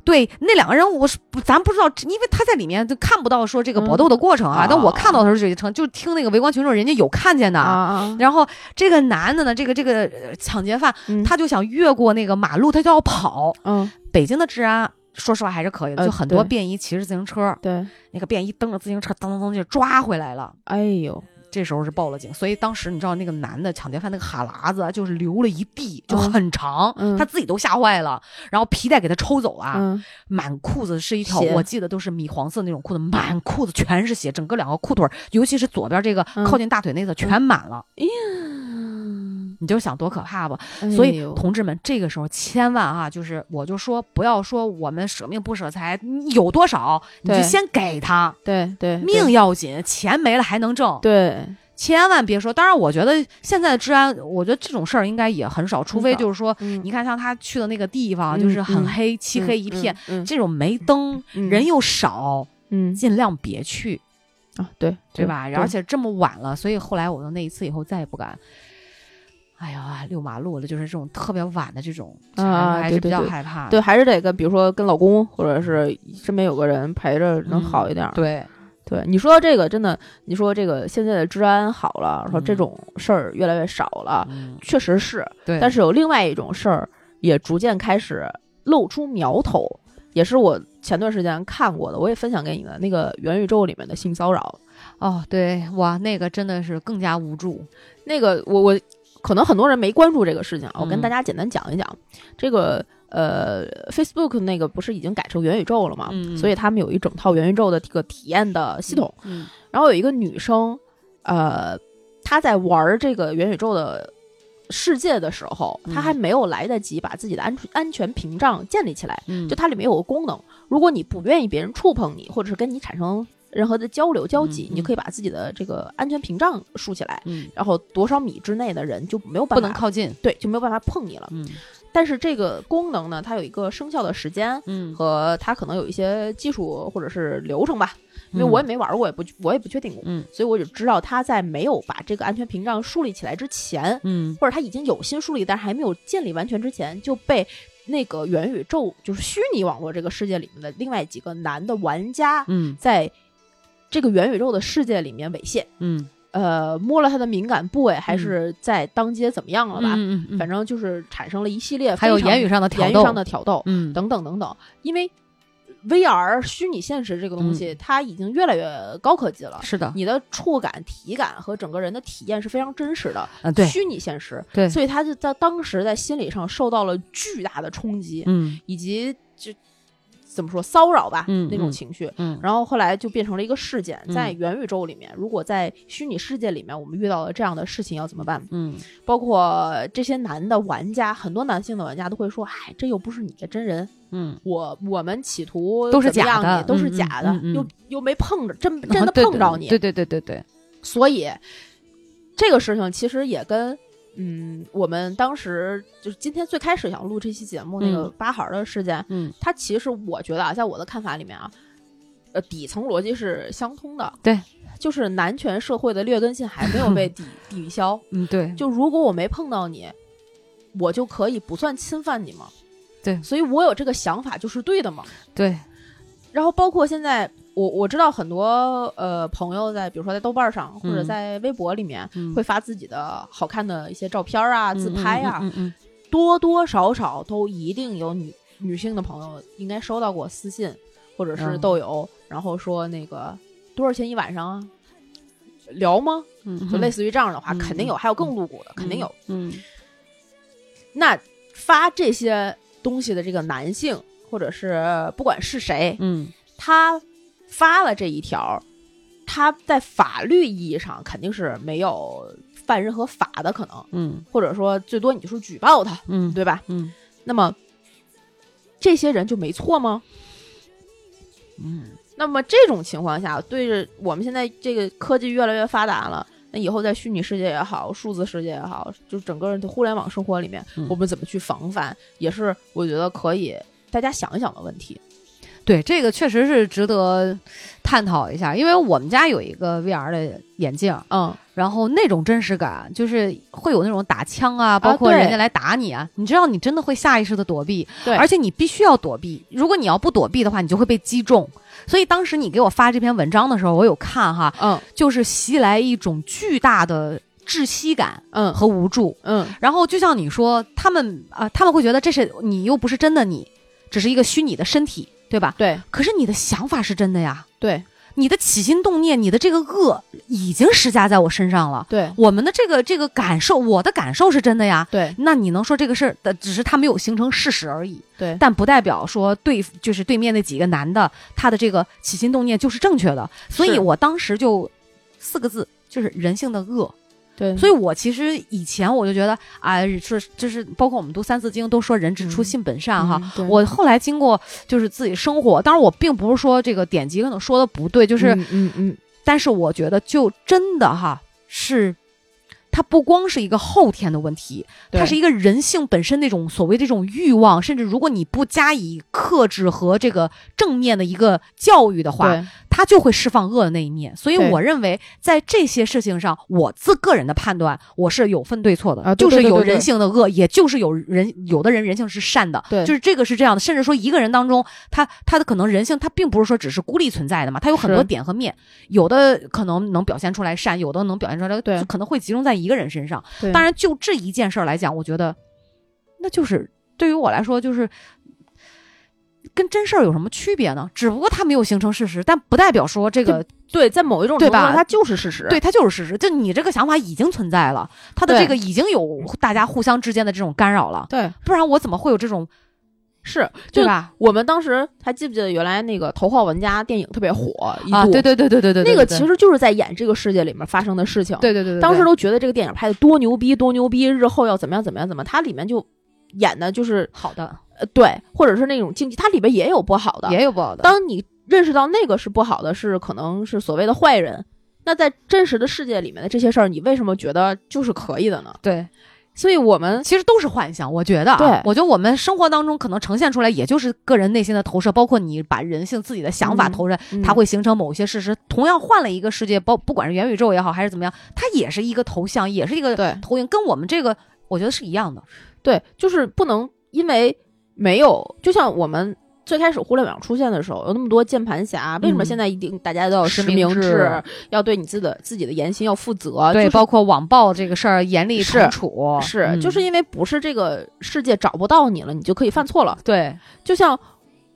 Speaker 2: 对那两个人，我是不咱不知道，因为他在里面就看不到说这个搏斗的过程啊。
Speaker 4: 嗯
Speaker 2: 但我看到的时候就成，就听那个围观群众人家有看见的。
Speaker 4: 啊
Speaker 2: 然后这个男的呢，这个这个呃抢劫犯，
Speaker 4: 嗯
Speaker 2: 他就想越过那个马路，他就要跑。
Speaker 4: 嗯
Speaker 2: 北京的治安，说实话还是可以的，
Speaker 4: 呃
Speaker 2: 就很多
Speaker 4: 对
Speaker 2: 便衣骑着自行车，
Speaker 4: 对，
Speaker 2: 那个便衣蹬着自行车噔噔噔就抓回来了。
Speaker 4: 哎呦，
Speaker 2: 这时候是报了警，所以当时你知道那个男的抢劫犯那个哈喇子啊就是流了一地，就很长，
Speaker 4: 嗯
Speaker 2: 他自己都吓坏了，然后皮带给他抽走了，
Speaker 4: 嗯
Speaker 2: 满裤子是一条，
Speaker 4: 血
Speaker 2: 我记得都是米黄色那种裤子，满裤子全是血，整个两个裤腿儿，尤其是左边这个
Speaker 4: 嗯哎
Speaker 2: 靠近大腿那侧全满了，你就想多可怕吧。所以，同志们，这个时候千万啊，就是我就说，不要说我们舍命不舍财，你有多少你就
Speaker 4: 对
Speaker 2: 先给他，
Speaker 4: 对对
Speaker 2: 命要紧，钱没了还能挣，
Speaker 4: 对
Speaker 2: 千万别说。当然，我觉得现在的治安，我觉得这种事儿应该也很少，除非
Speaker 4: 很少
Speaker 2: 就是说，
Speaker 4: 嗯
Speaker 2: 你看像他去的那个地方，
Speaker 4: 嗯
Speaker 2: 就是很
Speaker 4: 嗯
Speaker 2: 黑，漆黑一片，，
Speaker 4: 嗯
Speaker 2: 这种没灯，
Speaker 4: 嗯
Speaker 2: 人又少，
Speaker 4: 嗯
Speaker 2: 尽量别去，
Speaker 4: 啊对
Speaker 2: 对吧？而且这么晚了，所以后来我就那一次以后再也不敢。哎呀，遛马路了，就是这种特别晚的这种，
Speaker 4: 啊
Speaker 2: 还
Speaker 4: 对
Speaker 2: 是
Speaker 4: 对
Speaker 2: 比较
Speaker 4: 对
Speaker 2: 害怕
Speaker 4: 对，
Speaker 2: 的。
Speaker 4: 还是得跟比如说跟老公或者是身边有个人陪着，能
Speaker 2: 嗯
Speaker 4: 好一点儿。
Speaker 2: 对
Speaker 4: 对，你说到这个真的，你说这个现在的治安好了，然后这
Speaker 2: 嗯
Speaker 4: 种事儿越来越少了，
Speaker 2: 嗯
Speaker 4: 确实是。
Speaker 2: 对
Speaker 4: 啊但是有另外一种事儿也逐渐开始露出苗头，也是我前段时间看过的，我也分享给你的那个元宇宙里面的性骚扰。
Speaker 2: 哦，对，哇，那个真的是更加无助。
Speaker 4: 那个我我可能很多人没关注这个事情啊，我跟
Speaker 2: 嗯
Speaker 4: 大家简单讲一讲、这个。呃，Facebook 那个不是已经改成元宇宙了嘛？
Speaker 2: 嗯嗯
Speaker 4: 所以他们有一整套元宇宙的这个体验的系统。
Speaker 2: 嗯
Speaker 4: 然后有一个女生，呃，她在玩儿这个元宇宙的世界的时候，
Speaker 2: 嗯
Speaker 4: 她还没有来得及把自己的安安全屏障建立起来。
Speaker 2: 嗯
Speaker 4: 就它里面有个功能，如果你不愿意别人触碰你，或者是跟你产生任何的交流交集
Speaker 2: 嗯，嗯
Speaker 4: 你就可以把自己的这个安全屏障竖起来，
Speaker 2: 嗯，
Speaker 4: 然后多少米之内的人就没有办
Speaker 2: 不
Speaker 4: 法
Speaker 2: 能靠近。
Speaker 4: 对，就没有办法碰你了。
Speaker 2: 嗯
Speaker 4: 但是这个功能呢，它有一个生效的时间，
Speaker 2: 嗯，
Speaker 4: 和它可能有一些技术或者是流程吧，因为我也没玩过，也不我也不确定过，
Speaker 2: 嗯
Speaker 4: 所以我只知道它在没有把这个安全屏障树立起来之前，
Speaker 2: 嗯
Speaker 4: 或者它已经有心树立，但是还没有建立完全之前，就被那个元宇宙就是虚拟网络这个世界里面的另外几个男的玩家
Speaker 2: 嗯
Speaker 4: 在这个元宇宙的世界里面猥亵，
Speaker 2: 嗯，
Speaker 4: 呃，摸了他的敏感部位，还是在当街怎么样了吧？
Speaker 2: 嗯嗯
Speaker 4: 反正就是产生了一系列
Speaker 2: 还有
Speaker 4: 非常
Speaker 2: 言语上的挑
Speaker 4: 言语
Speaker 2: 逗
Speaker 4: 上的挑逗，
Speaker 2: 嗯
Speaker 4: 等等等等，因为 VR 虚拟现实这个东西，它已经越来越高科技了。
Speaker 2: 嗯是的，
Speaker 4: 你的触感、体感和整个人的体验是非常真实的，
Speaker 2: 啊对
Speaker 4: 虚拟现实，
Speaker 2: 对
Speaker 4: 所以他就在当时在心理上受到了巨大的冲击，
Speaker 2: 嗯
Speaker 4: 以及就怎么说骚扰吧，
Speaker 2: 嗯
Speaker 4: 那种
Speaker 2: 嗯
Speaker 4: 情绪。
Speaker 2: 嗯
Speaker 4: 然后后来就变成了一个事件，
Speaker 2: 嗯
Speaker 4: 在元宇宙里面，如果在虚拟世界里面我们遇到了这样的事情，要怎么办？
Speaker 2: 嗯
Speaker 4: 包括这些男的玩家，很多男性的玩家都会说：“哎，这又不是你的真人，
Speaker 2: 嗯，
Speaker 4: 我我们企图
Speaker 2: 都是
Speaker 4: 怎么样
Speaker 2: 假的
Speaker 4: 你都是
Speaker 2: 嗯嗯
Speaker 4: 假的，
Speaker 2: 嗯嗯哦
Speaker 4: 又又没碰着，真真的
Speaker 2: [LAUGHS] 对
Speaker 4: 碰着你，
Speaker 2: 对对对对对，
Speaker 4: 所以这个事情其实也跟嗯，我们当时就是今天最开始想录这期节目那个
Speaker 2: 嗯
Speaker 4: 八孩儿的事件，
Speaker 2: 嗯，
Speaker 4: 它其实我觉得啊，在我的看法里面啊，呃，底层逻辑是相通的，
Speaker 2: 对，
Speaker 4: 就是男权社会的劣根性还没有
Speaker 2: [LAUGHS]
Speaker 4: 被抵抵消，
Speaker 2: 嗯对，
Speaker 4: 就如果我没碰到你，我就可以不算侵犯你吗？
Speaker 2: 对
Speaker 4: 所以我有这个想法就是对的嘛。
Speaker 2: 对，
Speaker 4: 然后包括现在，我我知道很多呃朋友在，比如说在豆瓣上或者
Speaker 2: 嗯
Speaker 4: 在微博里面，
Speaker 2: 嗯
Speaker 4: 会发自己的好看的一些照片啊、自拍啊，
Speaker 2: 嗯嗯
Speaker 4: 多多少少都一定有女女性的朋友应该收到过私信或者是
Speaker 2: 嗯
Speaker 4: 豆友，然后说那个多少钱一晚上啊？聊吗？
Speaker 2: 嗯，
Speaker 4: 就类似于这样的话，
Speaker 2: 嗯
Speaker 4: 肯定有，还有更露骨的，肯定有。
Speaker 2: 嗯
Speaker 4: 那发这些东西的这个男性，或者是呃不管是谁，
Speaker 2: 嗯
Speaker 4: 他发了这一条，他在法律意义上肯定是没有犯任何法的可能，
Speaker 2: 嗯
Speaker 4: 或者说最多你就是举报他，
Speaker 2: 嗯
Speaker 4: 对吧？
Speaker 2: 嗯
Speaker 4: 那么这些人就没错吗？
Speaker 2: 嗯
Speaker 4: 那么这种情况下，对着我们现在这个科技越来越发达了，那以后在虚拟世界也好，数字世界也好，就整个的互联网生活里面，
Speaker 2: 嗯
Speaker 4: 我们怎么去防范，也是我觉得可以大家想一想的问题。
Speaker 2: 对，这个确实是值得探讨一下，因为我们家有一个 VR 的眼镜，
Speaker 4: 嗯，
Speaker 2: 然后那种真实感就是会有那种打枪啊，包括
Speaker 4: 对
Speaker 2: 人家来打你啊，你知道你真的会下意识的躲避，
Speaker 4: 对
Speaker 2: 而且你必须要躲避，如果你要不躲避的话，你就会被击中。所以当时你给我发这篇文章的时候，我有看哈，
Speaker 4: 嗯
Speaker 2: 就是袭来一种巨大的窒息感
Speaker 4: 嗯
Speaker 2: 和无助。
Speaker 4: 嗯，
Speaker 2: 然后就像你说，他们啊、他们会觉得这是你又不是真的你，只是一个虚拟的身体，对吧？
Speaker 4: 对
Speaker 2: 可是你的想法是真的呀，
Speaker 4: 对
Speaker 2: 你的起心动念，你的这个恶已经施加在我身上了。
Speaker 4: 对
Speaker 2: 我们的这个这个感受，我的感受是真的呀。
Speaker 4: 对
Speaker 2: 那你能说这个事儿的，只是它没有形成事实而已，
Speaker 4: 对
Speaker 2: 但不代表说对，就是对面那几个男的，他的这个起心动念就是正确的。所以
Speaker 4: 是
Speaker 2: 我当时就四个字，就是人性的恶。
Speaker 4: 对，
Speaker 2: 所
Speaker 4: 以
Speaker 2: 以我其实以前我就觉得啊，说就是包括我们读《三字经》，都说人之初
Speaker 4: 嗯
Speaker 2: 性本善哈。
Speaker 4: 对
Speaker 2: 我后来经过就是自己生活，当然我并不是说这个典籍可能说的不对，就是
Speaker 4: 嗯嗯嗯
Speaker 2: 但是我觉得，就真的哈，是它不光是一个后天的问题，
Speaker 4: 对
Speaker 2: 它是一个人性本身那种所谓这种欲望，甚至如果你不加以克制和这个正面的一个教育的话，
Speaker 4: 对
Speaker 2: 他就会释放恶的那一面。所以
Speaker 4: 对
Speaker 2: 我认为，在这些事情上，我自个人的判断，我是有分对错的，
Speaker 4: 啊对
Speaker 2: 就是
Speaker 4: 对对
Speaker 2: 有
Speaker 4: 对对
Speaker 2: 人性的恶，也就是有人有的人人性是善的，
Speaker 4: 对
Speaker 2: 就是这个是这样的。甚至说一个人当中，他他的可能人性，他并不是说只是孤立存在的嘛，他有很多
Speaker 4: 是
Speaker 2: 点和面，有的可能能表现出来善，有的能表现出来，
Speaker 4: 对
Speaker 2: 可能会集中在一个人身上。
Speaker 4: 对
Speaker 2: 当然，就这一件事儿来讲，我觉得那就是对于我来说，就是跟真事儿有什么区别呢？只不过它没有形成事实，但不代表说这个
Speaker 4: 对，在某一种
Speaker 2: 对
Speaker 4: 程度上，
Speaker 2: 吧
Speaker 4: 它就是事实。
Speaker 2: 对它就是事实。就你这个想法已经存在了，它的
Speaker 4: 对
Speaker 2: 这个已经有大家互相之间的这种干扰了，
Speaker 4: 对，
Speaker 2: 不然我怎么会有这种
Speaker 4: 是就
Speaker 2: 对吧？
Speaker 4: 我们当时还记不记得原来那个《头号玩家》电影特别火一度，
Speaker 2: 啊，对对对对对对，对
Speaker 4: 那个
Speaker 2: 对
Speaker 4: 其实就是在演这个世界里面发生的事情。
Speaker 2: 对对对对，
Speaker 4: 当时
Speaker 2: 对
Speaker 4: 都觉得这个电影拍的多牛逼，多牛逼，日后要怎么样怎么样怎么样，它里面就演的就是
Speaker 2: 好的，
Speaker 4: 呃对，或者是那种竞技，它里边也有不好的。
Speaker 2: 也有不好的。
Speaker 4: 当你认识到那个是不好的，是可能是所谓的坏人，那在真实的世界里面的这些事儿，你为什么觉得就是可以的呢？
Speaker 2: 对，
Speaker 4: 所以我们
Speaker 2: 其实都是幻想，我觉得啊，
Speaker 4: 对
Speaker 2: 我觉得我们生活当中可能呈现出来，也就是个人内心的投射，包括你把人性自己的想法
Speaker 4: 嗯
Speaker 2: 投射，
Speaker 4: 嗯
Speaker 2: 它会形成某些事实。同样换了一个世界，包不管是元宇宙也好，还是怎么样，它也是一个头像，也是一个
Speaker 4: 对
Speaker 2: 投影，跟我们这个我觉得是一样的。
Speaker 4: 对，就是不能因为没有，就像我们最开始互联网出现的时候，有那么多键盘侠，为什么
Speaker 2: 嗯
Speaker 4: 现在一定大家都要
Speaker 2: 实
Speaker 4: 实
Speaker 2: 名
Speaker 4: 名
Speaker 2: 制
Speaker 4: 要对你自己的自己的言行要负责？
Speaker 2: 对，
Speaker 4: 就是
Speaker 2: 包括网暴这个事儿，严厉
Speaker 4: 是
Speaker 2: 惩处
Speaker 4: 是、
Speaker 2: 嗯
Speaker 4: 就是因为不是这个世界找不到你了，你就可以犯错了。
Speaker 2: 对
Speaker 4: 就像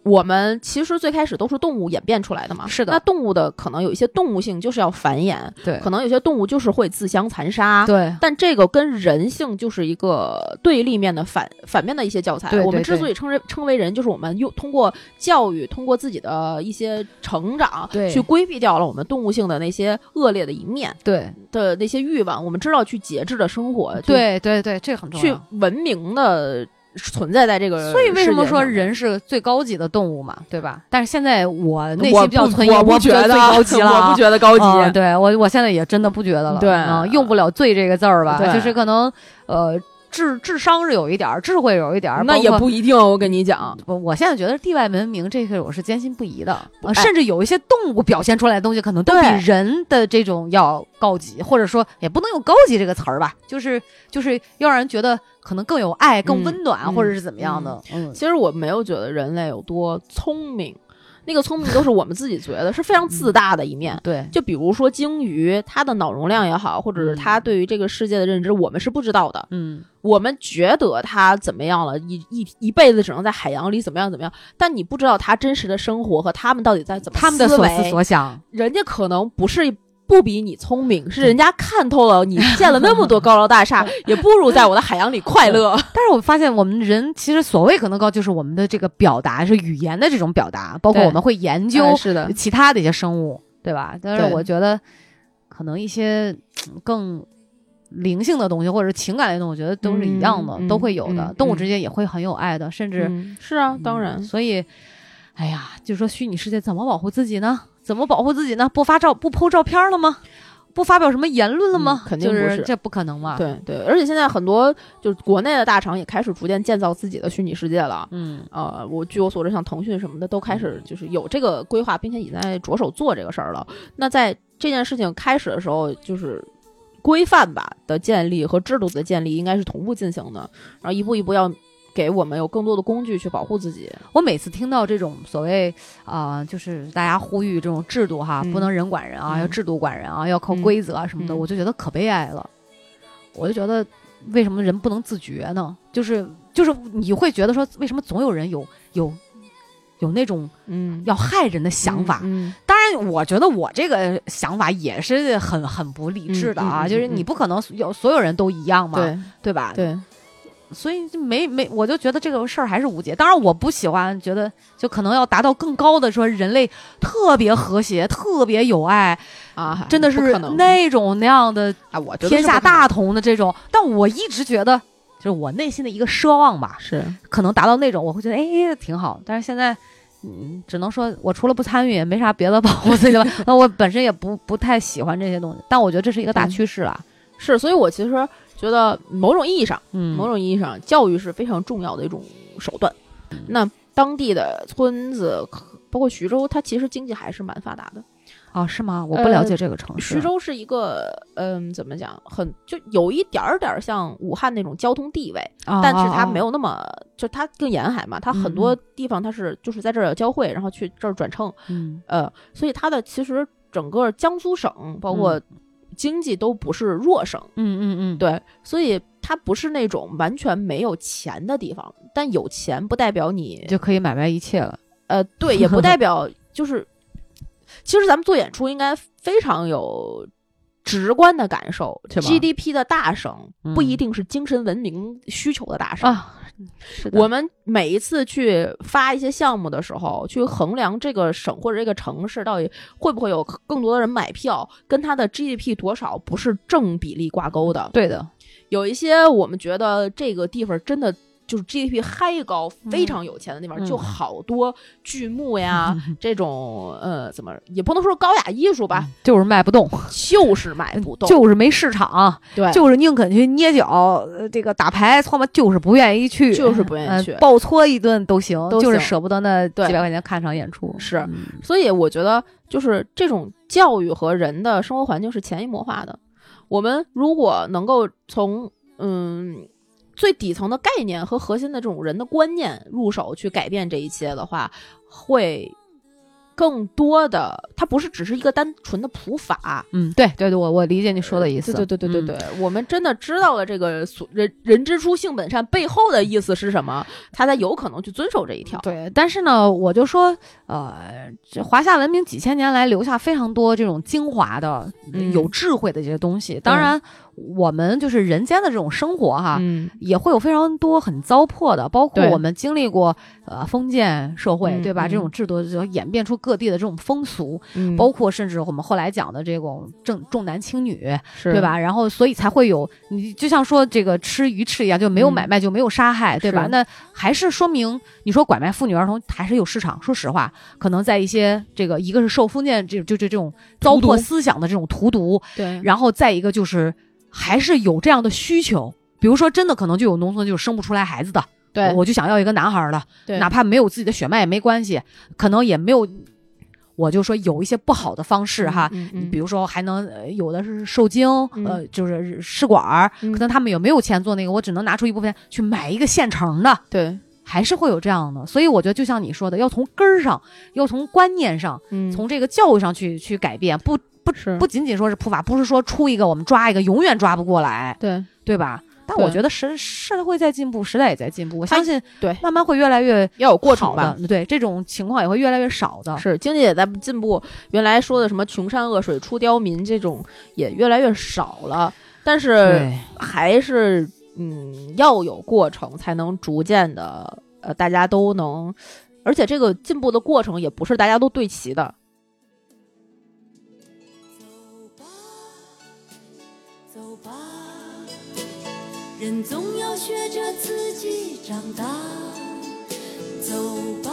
Speaker 4: 我们其实最开始都是动物演变出来的嘛，
Speaker 2: 是的
Speaker 4: 那动物的可能有一些动物性就是要繁衍，
Speaker 2: 对
Speaker 4: 可能有些动物就是会自相残杀，
Speaker 2: 对
Speaker 4: 但这个跟人性就是一个对立面的反反面的一些教材。
Speaker 2: 对对
Speaker 4: 我们之
Speaker 2: 对
Speaker 4: 所以称为称为人，就是我们用通过教育，通过自己的一些成长
Speaker 2: 对，
Speaker 4: 去规避掉了我们动物性的那些恶劣的一面
Speaker 2: 对
Speaker 4: 的那些欲望。我们知道去节制的生活，去，
Speaker 2: 对对对，这个很重
Speaker 4: 去
Speaker 2: 要。
Speaker 4: 文明的存在在这个。
Speaker 2: 所以为什么说？人是最高级的动物嘛，对吧？但是现在我内
Speaker 4: 我
Speaker 2: 心比较
Speaker 4: 不
Speaker 2: 存疑，
Speaker 4: 我不
Speaker 2: 觉
Speaker 4: 觉得
Speaker 2: 最高级了，
Speaker 4: [LAUGHS] 我不觉得高级。
Speaker 2: [LAUGHS] 嗯、对我，我现在也真的不觉得了。
Speaker 4: 对
Speaker 2: 嗯，用不了“罪”这个字儿吧，
Speaker 4: 对
Speaker 2: 就是可能呃智智商是有一点儿，智慧有一点儿，
Speaker 4: 那
Speaker 2: 包
Speaker 4: 也
Speaker 2: 括
Speaker 4: 不一定，我跟你讲，
Speaker 2: 我我现在觉得地外文明这个我是坚信不疑的，呃
Speaker 4: 哎
Speaker 2: 甚至有一些动物表现出来的东西，可能都比
Speaker 4: 对
Speaker 2: 人的这种要高级，或者说也不能用“高级”这个词儿吧，就是就是要让人觉得可能更有爱、更
Speaker 4: 嗯
Speaker 2: 温暖，
Speaker 4: 嗯
Speaker 2: 或者是怎么样的。嗯，
Speaker 4: 其实我没有觉得人类有多聪明，那个聪明都是我们自己觉得是非常
Speaker 2: 嗯
Speaker 4: 自大的一面。
Speaker 2: 对，
Speaker 4: 就比如说鲸鱼，它的脑容量也好，或者是它对于这个世界的认知，我们是不知道的。
Speaker 2: 嗯，
Speaker 4: 我们觉得它怎么样了，一一一辈子只能在海洋里怎么样怎么样，但你不知道它真实的生活和他们到底在怎么
Speaker 2: 他们的所思
Speaker 4: 维
Speaker 2: 所想，
Speaker 4: 人家可能不是。不比你聪明，是人家看透了你建了那么多高楼
Speaker 2: [LAUGHS]
Speaker 4: 大厦，也不如在我的海洋里快乐。
Speaker 2: 但是我发现我们人其实所谓可能高，就是我们的这个表达是语言的这种表达，包括
Speaker 4: 对
Speaker 2: 我们会研 [LAUGHS] 究
Speaker 4: 哎是的
Speaker 2: 其他的一些生物，对吧？但是
Speaker 4: 对
Speaker 2: 我觉得可能一些嗯更灵性的东西或者情感类的东西，我觉得都是一样的，
Speaker 4: 嗯嗯
Speaker 2: 都会有的。
Speaker 4: 嗯
Speaker 2: 动物之间也会很有爱的，甚至、
Speaker 4: 嗯是啊，当然，
Speaker 2: 所以，哎呀，就说虚拟世界怎么保护自己呢？怎么保护自己呢？不发照不 PO 照片了吗？不发表什么言论了吗？
Speaker 4: 嗯肯定
Speaker 2: 就
Speaker 4: 不
Speaker 2: 是
Speaker 4: 是
Speaker 2: 这不可能嘛。，
Speaker 4: 对对，而且现在很多就是国内的大厂也开始逐渐建造自己的虚拟世界了。
Speaker 2: 嗯，
Speaker 4: 呃，我据我所知，像腾讯什么的都开始就是有这个规划，并且也在着手做这个事儿了。那在这件事情开始的时候，就是规范吧的建立和制度的建立应该是同步进行的，然后一步一步要给我们有更多的工具去保护自己。
Speaker 2: 我每次听到这种所谓啊、呃就是大家呼吁这种制度哈，
Speaker 4: 嗯
Speaker 2: 不能人管人啊，
Speaker 4: 嗯
Speaker 2: 要制度管人啊，要靠
Speaker 4: 嗯
Speaker 2: 规则啊什么的，
Speaker 4: 嗯
Speaker 2: 我就觉得可悲哀了。我就觉得为什么人不能自觉呢？就是就是你会觉得说，为什么总有人有有有那种
Speaker 4: 嗯，
Speaker 2: 要害人的想法？
Speaker 4: 嗯，
Speaker 2: 当然，我觉得我这个想法也是很很不理智的啊，
Speaker 4: 嗯嗯嗯
Speaker 2: 就是你不可能有所有人都一样嘛，
Speaker 4: 对
Speaker 2: 对吧？
Speaker 4: 对，
Speaker 2: 所以就没没，我就觉得这个事儿还是无解。当然，我不喜欢，觉得就可能要达到更高的，说人类特别和谐、特别有爱，
Speaker 4: 啊，
Speaker 2: 真的
Speaker 4: 不
Speaker 2: 是
Speaker 4: 可能
Speaker 2: 那种那样的
Speaker 4: 啊，我觉得
Speaker 2: 天
Speaker 4: 是
Speaker 2: 下
Speaker 4: 不可能
Speaker 2: 大同的这种。但我一直觉得，就是我内心的一个奢望吧，
Speaker 4: 是
Speaker 2: 可能达到那种，我会觉得哎挺好。但是现在，嗯，只能说我除了不参与，也没啥别的保护自己的吧。 [LAUGHS] 那我本身也不不太喜欢这些东西，但我觉得这是一个大
Speaker 4: 嗯
Speaker 2: 趋势啦。
Speaker 4: 是，所以我其实觉得某种意义上。
Speaker 2: 嗯，
Speaker 4: 某种意义上，教育是非常重要的一种手段。
Speaker 2: 嗯
Speaker 4: 那当地的村子，包括徐州，它其实经济还是蛮发达的。
Speaker 2: 啊，是吗？我不了
Speaker 4: 呃
Speaker 2: 解这个城市。
Speaker 4: 徐州是一个，嗯，怎么讲，很就有一点儿点儿像武汉那种交通地位，
Speaker 2: 啊，
Speaker 4: 但
Speaker 2: 啊
Speaker 4: 是它
Speaker 2: 啊
Speaker 4: 没有那么，就它更沿海嘛，它很多地方它是就是在这儿交汇，然后去这儿转乘，
Speaker 2: 嗯
Speaker 4: 呃，所以它的其实整个江苏省包括经济都不是弱省，
Speaker 2: 嗯嗯嗯，
Speaker 4: 对，所以它不是那种完全没有钱的地方，但有钱不代表你
Speaker 2: 你就可以买卖一切了。
Speaker 4: 呃，对，也不代表就是，其实咱们做演出应该非常有直观的感受
Speaker 2: 是吧
Speaker 4: ，GDP 的大升不一
Speaker 2: 嗯
Speaker 4: 定是精神文明需求的大升。
Speaker 2: 啊，是的
Speaker 4: 我们每一次去发一些项目的时候，去衡量这个省或者这个城市到底会不会有更多的人买票，跟它的 GDP 多少不是正比例挂钩的。
Speaker 2: 对的，
Speaker 4: 有一些我们觉得这个地方真的就是 GDP 嗨高，非常有钱的地方，
Speaker 2: 嗯
Speaker 4: 就好多剧目呀，这种呃，怎么也不能说高雅艺术吧，
Speaker 2: 就是卖不动，
Speaker 4: 就是卖不动，
Speaker 2: 嗯就是没市场，
Speaker 4: 对，
Speaker 2: 就是宁肯去捏脚，呃这个打牌搓嘛，就是不愿意去，
Speaker 4: 就是不愿意去
Speaker 2: 呃暴搓一顿都行，
Speaker 4: 都
Speaker 2: 就是
Speaker 4: 行
Speaker 2: 舍不得那几
Speaker 4: 对
Speaker 2: 百块钱看场演出。嗯
Speaker 4: 是，所以我觉得就是这种教育和人的生活环境是潜移默化的。我们如果能够从嗯最底层的概念和核心的这种人的观念入手去改变这一切的话，会更多的，它不是只是一个单纯的普法。
Speaker 2: 嗯，对对对，我我理解你说的意思。
Speaker 4: 对对对对对
Speaker 2: 嗯
Speaker 4: 对，我们真的知道了这个所人人之初性本善背后的意思是什么，他才有可能去遵守这一条。
Speaker 2: 对，但是呢，我就说，呃，这华夏文明几千年来留下非常多这种精华的、
Speaker 4: 嗯
Speaker 2: 有智慧的这些东西。当然，我们就是人间的这种生活哈，
Speaker 4: 嗯，
Speaker 2: 也会有非常多很糟粕的，包括
Speaker 4: 对
Speaker 2: 我们经历过呃封建社会，
Speaker 4: 嗯
Speaker 2: 对吧？
Speaker 4: 嗯
Speaker 2: 这种制度就演变出各地的这种风俗，
Speaker 4: 嗯
Speaker 2: 包括甚至我们后来讲的这种重重男轻女，
Speaker 4: 是
Speaker 2: 对？吧？然后所以才会有你就像说这个吃鱼翅一样，就没有
Speaker 4: 嗯
Speaker 2: 买卖就没有杀害，对吧
Speaker 4: 是？
Speaker 2: 那还是说明你说拐卖妇女儿童还是有市场。说实话，可能在一些这个一个是受封建这就这这种糟
Speaker 4: 荼毒
Speaker 2: 粕思想的这种荼毒，
Speaker 4: 对，
Speaker 2: 然后再一个就是还是有这样的需求，比如说真的可能就有农村就生不出来孩子的，
Speaker 4: 对，
Speaker 2: 我就想要一个男孩儿的，
Speaker 4: 对
Speaker 2: 哪怕没有自己的血脉也没关系，可能也没有，我就说有一些不好的方式哈。
Speaker 4: 嗯
Speaker 2: 你
Speaker 4: 嗯
Speaker 2: 比如说，还能、呃有的是受精，
Speaker 4: 嗯
Speaker 2: 呃，就是试管儿，
Speaker 4: 嗯
Speaker 2: 可能他们也没有钱做那个，我只能拿出一部分钱去买一个现成的，
Speaker 4: 对，
Speaker 2: 还是会有这样的。所以我觉得，就像你说的，要从根儿上，要从观念上，
Speaker 4: 嗯
Speaker 2: 从这个教育上去去改变，不不
Speaker 4: 是
Speaker 2: 不仅仅说是普法，不是说出一个我们抓一个，永远抓不过来，
Speaker 4: 对
Speaker 2: 对吧？但我
Speaker 4: 对
Speaker 2: 觉得时社会在进步，时代也在进步，我相信
Speaker 4: 对
Speaker 2: 慢慢会越来越
Speaker 4: 要有过
Speaker 2: 好
Speaker 4: 程吧。
Speaker 2: 的，对这种情况也会越来越少的。
Speaker 4: 是经济也在进步，原来说的什么穷山恶水出刁民这种也越来越少了，但是
Speaker 2: 对，
Speaker 4: 还是嗯要有过程才能逐渐的呃大家都能，而且这个进步的过程也不是大家都对齐的，
Speaker 5: 走吧，走吧，人总要学着自己长大。走吧，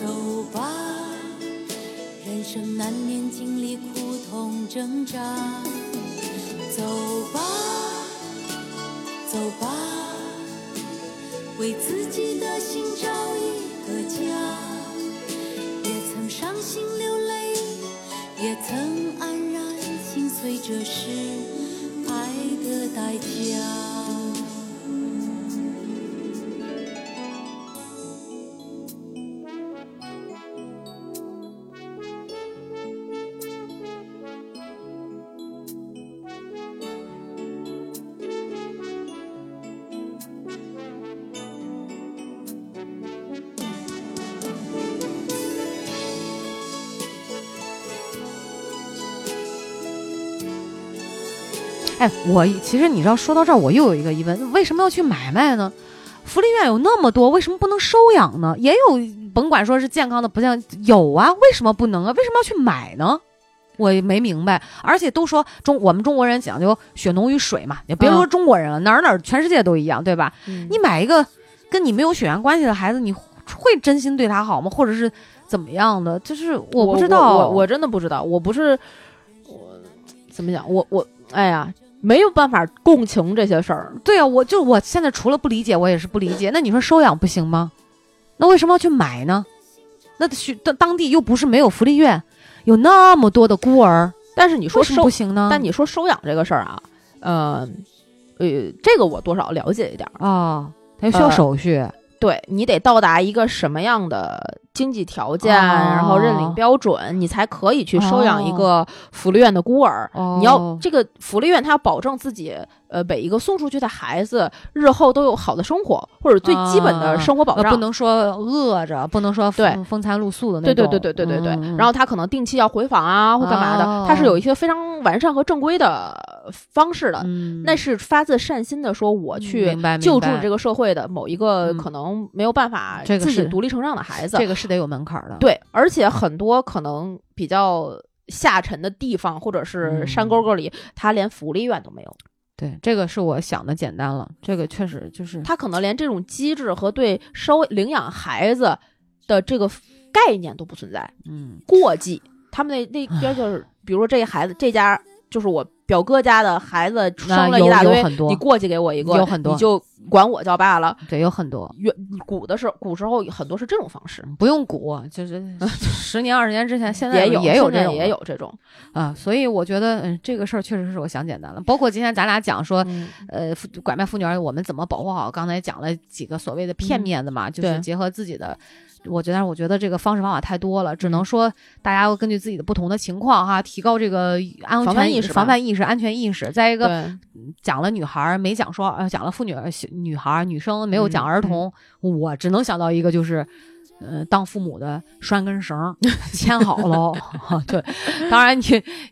Speaker 5: 走吧，人生难免经历苦痛挣扎。走吧，走吧，为自己的心找一个家。也曾伤心流泪，也曾黯然心碎，这是爱的代价。
Speaker 2: 哎，我其实你知道，说到这儿，我又有一个疑问：为什么要去买卖呢？福利院有那么多，为什么不能收养呢？也有，甭管说是健康的不健有啊，为什么不能啊？为什么要去买呢？我也没明白。而且都说中我们中国人讲究血浓于水嘛，也别说中国人了，哪儿哪儿全世界都一样，对吧？嗯你买一个跟你没有血缘关系的孩子，你会真心对他好吗？或者是怎么样的？就是我不知道，
Speaker 4: 我我我真的不知道，我不是我怎么讲，我我哎呀没有办法共情这些事儿，
Speaker 2: 对啊，我就我现在除了不理解，我也是不理解。那你说收养不行吗？那为什么要去买呢？那去当当地又不是没有福利院，有那么多的孤儿，
Speaker 4: 但是你说
Speaker 2: 为什么
Speaker 4: 收
Speaker 2: 不，行呢？
Speaker 4: 但你说收养这个事儿啊，呃，呃，这个我多少了解一点儿。
Speaker 2: 啊，它需要
Speaker 4: 呃
Speaker 2: 手续，
Speaker 4: 对你得到达一个什么样的经济条件，然后认
Speaker 2: 哦
Speaker 4: 领标准，你才可以去收养一个福利院的孤儿。
Speaker 2: 哦
Speaker 4: 你要这个福利院，它要保证自己呃每一个送出去的孩子日后都有好的生活，或者最基本的生活保
Speaker 2: 呃
Speaker 4: 障。
Speaker 2: 不能说饿着，不能说
Speaker 4: 对
Speaker 2: 风风餐露宿的那
Speaker 4: 对
Speaker 2: 种。
Speaker 4: 对对对对对对，
Speaker 2: 嗯嗯
Speaker 4: 然后他可能定期要回访啊，或干嘛的，
Speaker 2: 哦
Speaker 4: 他是有一些非常完善和正规的方式的。
Speaker 2: 嗯
Speaker 4: 那是发自善心的，说我去
Speaker 2: 明白明
Speaker 4: 救助
Speaker 2: 白
Speaker 4: 这个社会的某一个
Speaker 2: 嗯
Speaker 4: 可能没有办法
Speaker 2: 这个
Speaker 4: 自己
Speaker 2: 是
Speaker 4: 独立成长的孩子。
Speaker 2: 这个是得有门槛儿的。
Speaker 4: 对，而且很多可能比较下沉的地方，或者是山
Speaker 2: 嗯
Speaker 4: 沟沟里，他连福利院都没有，
Speaker 2: 对，这个是我想的简单了，这个确实就是
Speaker 4: 他可能连这种机制和对收领养孩子的这个概念都不存在。
Speaker 2: 嗯
Speaker 4: 过继，他们那那边就是，比如说这孩子这家就是我表哥家的孩子
Speaker 2: 那
Speaker 4: 生了
Speaker 2: 有
Speaker 4: 一大
Speaker 2: 有
Speaker 4: 堆
Speaker 2: 很，多
Speaker 4: 你过继给我一个，
Speaker 2: 有很多
Speaker 4: 你就管我叫爸了。
Speaker 2: 对有很多。嗯
Speaker 4: 原古的时候，古时候很多是这种方式，
Speaker 2: 不用鼓，就是
Speaker 4: [LAUGHS]
Speaker 2: 十年二十年之前，现在
Speaker 4: 也有
Speaker 2: 也有
Speaker 4: 现在
Speaker 2: 这种
Speaker 4: 也有这种，
Speaker 2: 啊，所以我觉得，嗯，这个事儿确实是我想简单了。包括今天咱俩讲说，
Speaker 4: 嗯
Speaker 2: 呃，妇拐卖妇女儿我们怎么保护好？刚才讲了几个所谓的片
Speaker 4: 嗯
Speaker 2: 面的嘛，就是
Speaker 4: 对
Speaker 2: 结合自己的。我觉得，但是我觉得这个方式方法太多了，只能
Speaker 4: 嗯
Speaker 2: 说大家要根据自己的不同的情况哈，提高这个安全
Speaker 4: 防范意识吧
Speaker 2: 防范意识、安全意识。再一个，
Speaker 4: 对
Speaker 2: 讲了女孩儿，没讲说，呃，讲了妇女儿、小女孩儿、女生，没有讲
Speaker 4: 嗯
Speaker 2: 儿童。我只能想到一个，就是，呃，当父母的拴根绳儿，牵好喽。 [LAUGHS] 对，当然你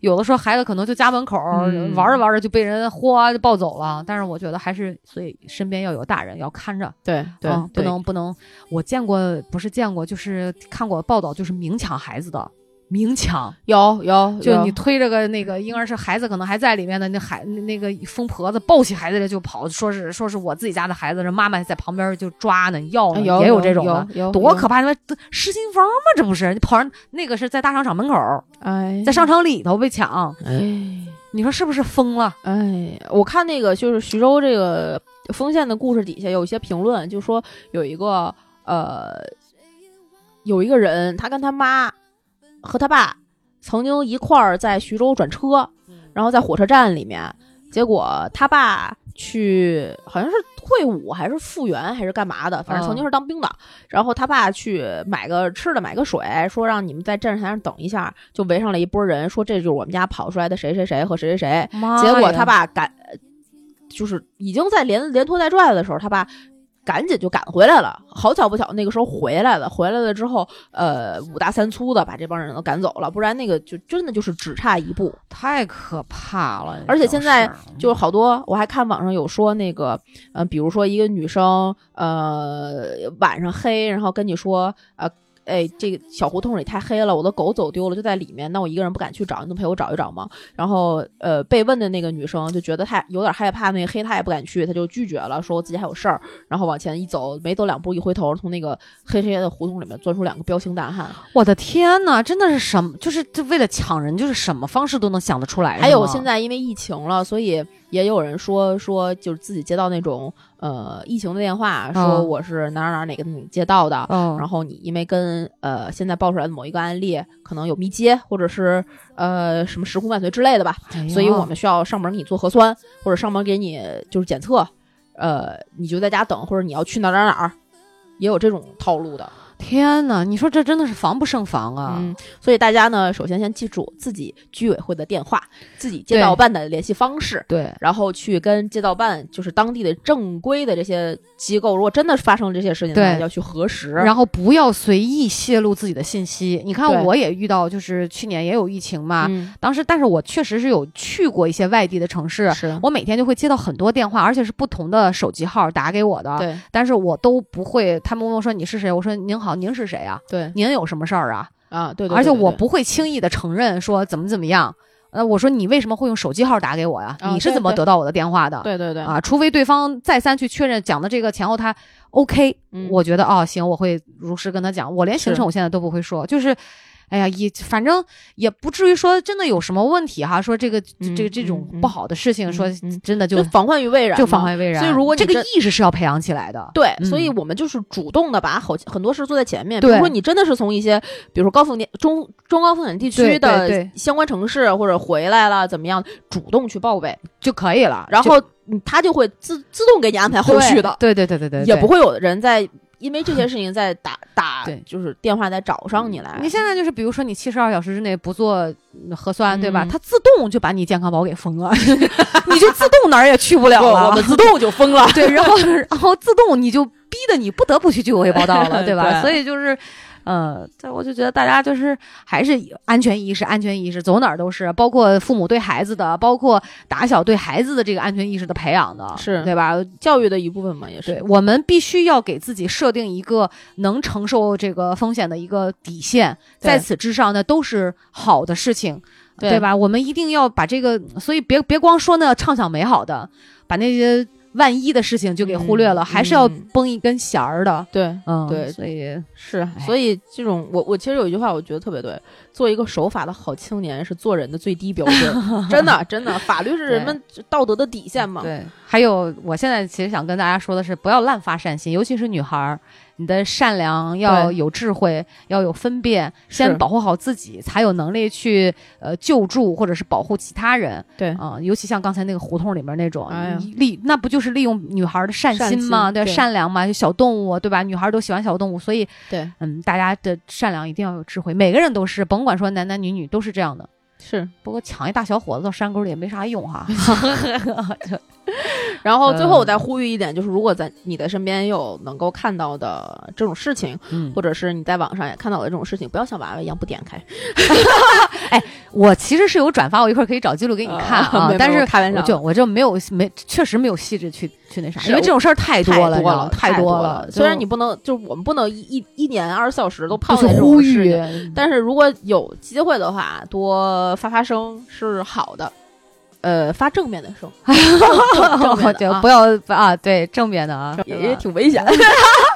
Speaker 2: 有的时候孩子可能就家门口儿、
Speaker 4: 嗯
Speaker 2: 玩着玩着就被人哗就抱走了，但是我觉得还是，所以身边要有大人要看着，
Speaker 4: 对对
Speaker 2: 啊，不
Speaker 4: 对
Speaker 2: 能不能。我见过不是见过，就是看过报道，就是明抢孩子的。明抢，
Speaker 4: 有有，
Speaker 2: 就
Speaker 4: 有
Speaker 2: 你推着个那个婴儿是孩子可能还在里面的那孩那那个疯婆子抱起孩子来就跑，说是说是我自己家的孩子，这妈妈在旁边就抓呢要呢，
Speaker 4: 啊有
Speaker 2: 也
Speaker 4: 有
Speaker 2: 这种的，
Speaker 4: 有
Speaker 2: 多可怕！
Speaker 4: 怕！
Speaker 2: 他妈失心疯吗？这不是你跑人那个是在大商场门口，
Speaker 4: 哎，
Speaker 2: 在商场里头被抢，
Speaker 4: 哎
Speaker 2: 你说是不是疯了？
Speaker 4: 哎，我看那个就是徐州这个丰县的故事底下有一些评论，就说有一个呃，有一个人他跟他妈和他爸曾经一块儿在徐州转车，然后在火车站里面，结果他爸。去好像是退伍还是复员还是干嘛的，反正曾经是当兵的。然后他爸去买个吃的，买个水，说让你们在站台上等一下，就围上了一波人，说这就是我们家跑出来的谁谁谁和谁谁谁。
Speaker 2: 妈
Speaker 4: 结果
Speaker 2: 呀
Speaker 4: 他爸赶，就是已经在连连拖带拽的时候，他爸赶紧就赶回来了。好巧不巧，那个时候回来了，回来了之后，呃，五大三粗的把这帮人都赶走了，不然那个就真的就是只差一步。
Speaker 2: 太可怕了！
Speaker 4: 而且
Speaker 2: 这种
Speaker 4: 现在
Speaker 2: 事儿
Speaker 4: 就是好多，我还看网上有说那个，呃，比如说一个女生，呃，晚上黑，然后跟你说，呃，哎，这个小胡同里太黑了，我的狗走丢了，就在里面，那我一个人不敢去找，你能陪我找一找吗？然后，呃，被问的那个女生就觉得太有点害怕，那个黑她也不敢去，她就拒绝了，说我自己还有事儿，然后往前一走，没走两步，一回头，从那个黑黑的胡同里面钻出两个彪形大汉，
Speaker 2: 我的天呐，真的是什么？就是这为了抢人，就是什么方式都能想得出来。
Speaker 4: 还有
Speaker 2: 是吗
Speaker 4: 现在因为疫情了，所以也有人说说就是自己接到那种呃疫情的电话，说
Speaker 2: 嗯
Speaker 4: 我是哪儿哪儿哪个哪个接到的，
Speaker 2: 哦，
Speaker 4: 然后你因为跟呃现在爆出来的某一个案例可能有密接或者是呃什么时空伴随之类的吧，
Speaker 2: 哎呀
Speaker 4: 所以我们需要上门给你做核酸，或者上门给你就是检测，呃你就在家等，或者你要去哪儿哪儿哪儿，也有这种套路的。
Speaker 2: 天呐，你说这真的是防不胜防啊！
Speaker 4: 嗯，所以大家呢，首先先记住自己居委会的电话，自己街道
Speaker 2: 对
Speaker 4: 办的联系方式。
Speaker 2: 对，
Speaker 4: 然后去跟街道办，就是当地的正规的这些机构，如果真的发生这些事情的话，
Speaker 2: 对
Speaker 4: 要去核实。
Speaker 2: 然后不要随意泄露自己的信息。你看，
Speaker 4: 对
Speaker 2: 我也遇到，就是去年也有疫情嘛，
Speaker 4: 嗯，
Speaker 2: 当时但是我确实是有去过一些外地的城市。
Speaker 4: 是，
Speaker 2: 我每天就会接到很多电话，而且是不同的手机号打给我的，
Speaker 4: 对
Speaker 2: 但是我都不会。他们问我说你是谁，我说您好，您是谁啊？
Speaker 4: 对
Speaker 2: 您有什么事儿啊？
Speaker 4: 啊，对对
Speaker 2: 而且
Speaker 4: 对对
Speaker 2: 我
Speaker 4: 对
Speaker 2: 不会轻易的承认说怎么怎么样。呃，我说你为什么会用手机号打给我呀？
Speaker 4: 啊
Speaker 2: 你是
Speaker 4: 对
Speaker 2: 怎么
Speaker 4: 对
Speaker 2: 得到我的电话的？
Speaker 4: 对对对，
Speaker 2: 啊，除非对方再三去确认讲的这个前后他 OK，、
Speaker 4: 嗯
Speaker 2: 我觉得哦行，我会如实跟他讲。我连行
Speaker 4: 是
Speaker 2: 程我现在都不会说，就是，哎呀，也反正也不至于说真的有什么问题哈。说这个、
Speaker 4: 嗯
Speaker 2: 这个这种
Speaker 4: 嗯嗯
Speaker 2: 不好的事情，
Speaker 4: 嗯
Speaker 2: 说
Speaker 4: 嗯
Speaker 2: 真的就
Speaker 4: 就防患于未然嘛，
Speaker 2: 就防患未然。
Speaker 4: 所以如果你
Speaker 2: 这个
Speaker 4: 真
Speaker 2: 意识是要培养起来的，
Speaker 4: 对，
Speaker 2: 嗯
Speaker 4: 所以我们就是主动的把好很多事做在前面。比如
Speaker 2: 对
Speaker 4: 说，你真的是从一些，比如说高风险、中中高风险地
Speaker 2: 对
Speaker 4: 区
Speaker 2: 对
Speaker 4: 的
Speaker 2: 对
Speaker 4: 相关城市或者回来了怎么样，主动去报备，
Speaker 2: 就可以了。
Speaker 4: 然
Speaker 2: 就
Speaker 4: 后你他就会自自动给你安排后续的，
Speaker 2: 对对对对对，对
Speaker 4: 也不。会有人在因为这些事情在
Speaker 2: [LAUGHS]
Speaker 4: 打打
Speaker 2: 对，
Speaker 4: 就是电话在找上你来。
Speaker 2: 你现在就是，比如说你七十二小时之内不做嗯核酸，对吧？
Speaker 4: 嗯
Speaker 2: 它自动就把你健康宝给封了， [LAUGHS] 你就自动哪儿也去不了
Speaker 4: 不
Speaker 2: 了。
Speaker 4: 我们自动就
Speaker 2: [LAUGHS]
Speaker 4: 封了。
Speaker 2: 对，然后然后自动你就逼得你不得不去居委会报道
Speaker 4: [LAUGHS]
Speaker 2: 了，对吧？
Speaker 4: 对
Speaker 2: 所以就是，呃，这我就觉得大家就是还是安全意识，安全意识走哪儿都是，包括父母对孩子的，包括打小对孩子的这个安全意识的培养的，
Speaker 4: 是
Speaker 2: 对吧？
Speaker 4: 教育的一部分嘛，也是
Speaker 2: 对我们必须要给自己设定一个能承受这个风险的一个底线，
Speaker 4: 对
Speaker 2: 在此之上呢都是好的事情，
Speaker 4: 对
Speaker 2: 对吧？我们一定要把这个，所以别别光说那畅想美好的，把那些万一的事情就给忽略了，
Speaker 4: 嗯
Speaker 2: 还是要
Speaker 4: 嗯
Speaker 2: 绷一根弦儿的。
Speaker 4: 对
Speaker 2: 嗯，
Speaker 4: 对
Speaker 2: 所以
Speaker 4: 是，
Speaker 2: 哎
Speaker 4: 所以这种我我其实有一句话，我觉得特别对，做一个守法的好青年是做人的最低标
Speaker 2: [LAUGHS]
Speaker 4: 准，真的真的，法律是人们道德的底线嘛。
Speaker 2: 对，还有我现在其实想跟大家说的是，不要滥发善心，尤其是女孩儿，你的善良要
Speaker 4: 对
Speaker 2: 有智慧，要有分辨，
Speaker 4: 是
Speaker 2: 先保护好自己，才有能力去呃救助或者是保护其他人
Speaker 4: 对
Speaker 2: 啊、尤其像刚才那个胡同里面那种、
Speaker 4: 哎呀
Speaker 2: 你利，那不就是利用女孩儿的善
Speaker 4: 善
Speaker 2: 心吗？
Speaker 4: 心
Speaker 2: 对，
Speaker 4: 对
Speaker 2: 善良嘛，就小动物对吧？女孩儿都喜欢小动物，所以
Speaker 4: 对，
Speaker 2: 嗯，大家的善良一定要有智慧，每个人都是，甭管说男男女女都是这样的。
Speaker 4: 是。
Speaker 2: 不过抢一大小伙子到山沟里也没啥用哈。 [LAUGHS]
Speaker 4: 然后最后
Speaker 2: 嗯
Speaker 4: 我再呼吁一点，就是如果在你的身边有能够看到的这种事情，
Speaker 2: 嗯
Speaker 4: 或者是你在网上也看到的这种事情，不要像娃娃一样不点开。
Speaker 2: 我其实是有转发，我一会儿可以找记录给你看啊。
Speaker 4: 没有
Speaker 2: 但
Speaker 4: 没有
Speaker 2: 是
Speaker 4: 开玩
Speaker 2: 我
Speaker 4: 笑
Speaker 2: 就我就没有没确实没有细致去去那啥，
Speaker 4: 是
Speaker 2: 因为这种事儿太多了，
Speaker 4: 太
Speaker 2: 你知
Speaker 4: 多
Speaker 2: 道吗
Speaker 4: 了，
Speaker 2: 太
Speaker 4: 多
Speaker 2: 了。
Speaker 4: 虽然
Speaker 2: 就
Speaker 4: 你不能，就是我们不能一一一年二十四小时都泡
Speaker 2: 就
Speaker 4: 在这
Speaker 2: 是
Speaker 4: 种
Speaker 2: 呼
Speaker 4: 事
Speaker 2: 吁 [LAUGHS]
Speaker 4: 情，，但是如果有机会的话，多发发声是好的，呃，发正面的
Speaker 2: [LAUGHS]
Speaker 4: 声，正正面的
Speaker 2: 就
Speaker 4: 啊
Speaker 2: 不要啊，对正面的啊，
Speaker 4: 也也挺危险的。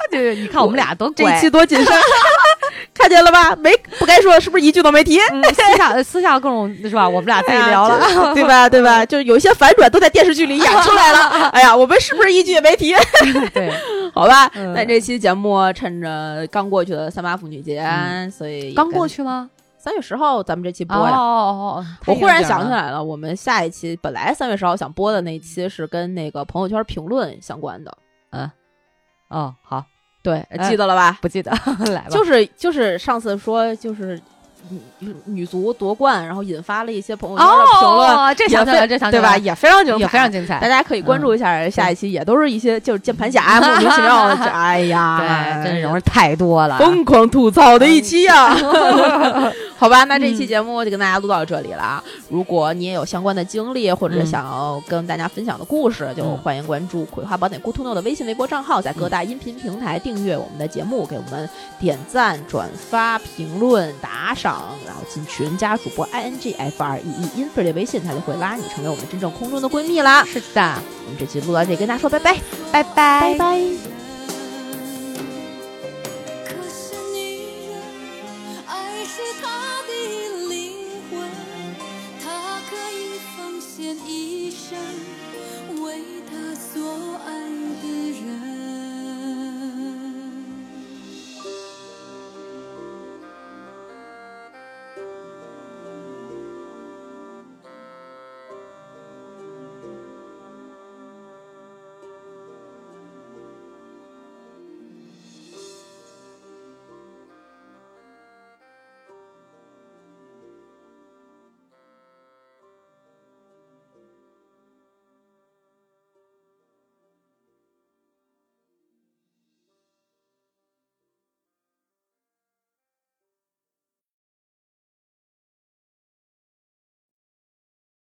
Speaker 2: 对，你看我们俩多
Speaker 4: 这一
Speaker 2: 乖
Speaker 4: 期多谨慎， [LAUGHS] 看见了吧？没不该说，是不是一句都没提？
Speaker 2: 嗯私下私下各种是吧？我们俩自己聊了，
Speaker 4: 了， [LAUGHS] 对啊吧？对吧？就是有一些反转都在电视剧里演出来了。 [LAUGHS] 哎呀，我们是不是一句也没提？
Speaker 2: [LAUGHS] 对，
Speaker 4: 好吧，
Speaker 2: 嗯
Speaker 4: 那这期节目趁着刚过去的三八妇女节，
Speaker 2: 嗯
Speaker 4: 所以
Speaker 2: 刚过
Speaker 4: 去
Speaker 2: 去吗？
Speaker 4: 三月十号咱们这期播
Speaker 2: 哦
Speaker 4: 呀。
Speaker 2: 哦哦，
Speaker 4: 我忽然想起
Speaker 2: 来，
Speaker 4: 来了，我们下一期本来三月十号想播的那一期是跟那个朋友圈评论相关的，
Speaker 2: 哦，好，
Speaker 4: 对，
Speaker 2: 哎
Speaker 4: 记得了吧？
Speaker 2: 不记得 [LAUGHS] 来吧，
Speaker 4: 就是就是上次说就是女女足夺冠，然后引发了一些朋友圈的评论，
Speaker 2: 哦，这想起来了，这想起
Speaker 4: 对
Speaker 2: 来
Speaker 4: 吧？
Speaker 2: 了？
Speaker 4: 也非常精彩，
Speaker 2: 也非常精
Speaker 4: 大
Speaker 2: 彩，嗯
Speaker 4: 家可以关注一下下一期，也都是一些就是键
Speaker 2: [LAUGHS]
Speaker 4: 盘侠莫名其妙的，哎呀，
Speaker 2: 对，真容太多了，
Speaker 4: 疯狂吐槽的一期啊嗯呀、 [LAUGHS] 好吧，那这期节目就跟大家录到这里了啊。如果你也有相关的经历，或者
Speaker 2: 嗯
Speaker 4: 想要跟大家分享的故事，就
Speaker 2: 嗯
Speaker 4: 欢迎关注《葵花宝典 Good to Know》的微信、微博账号，在各大音频平台订阅我们的节目，给我们点赞、转发、评论、打赏，然后进群加主播 i n g f r e e infer 的微信，他就会拉你成为我们真正空中的闺蜜啦。
Speaker 2: 是的，
Speaker 4: 我们这期录到这里，跟大家说拜拜，
Speaker 2: 拜拜
Speaker 4: 拜。拜。
Speaker 5: 可是女人爱是她。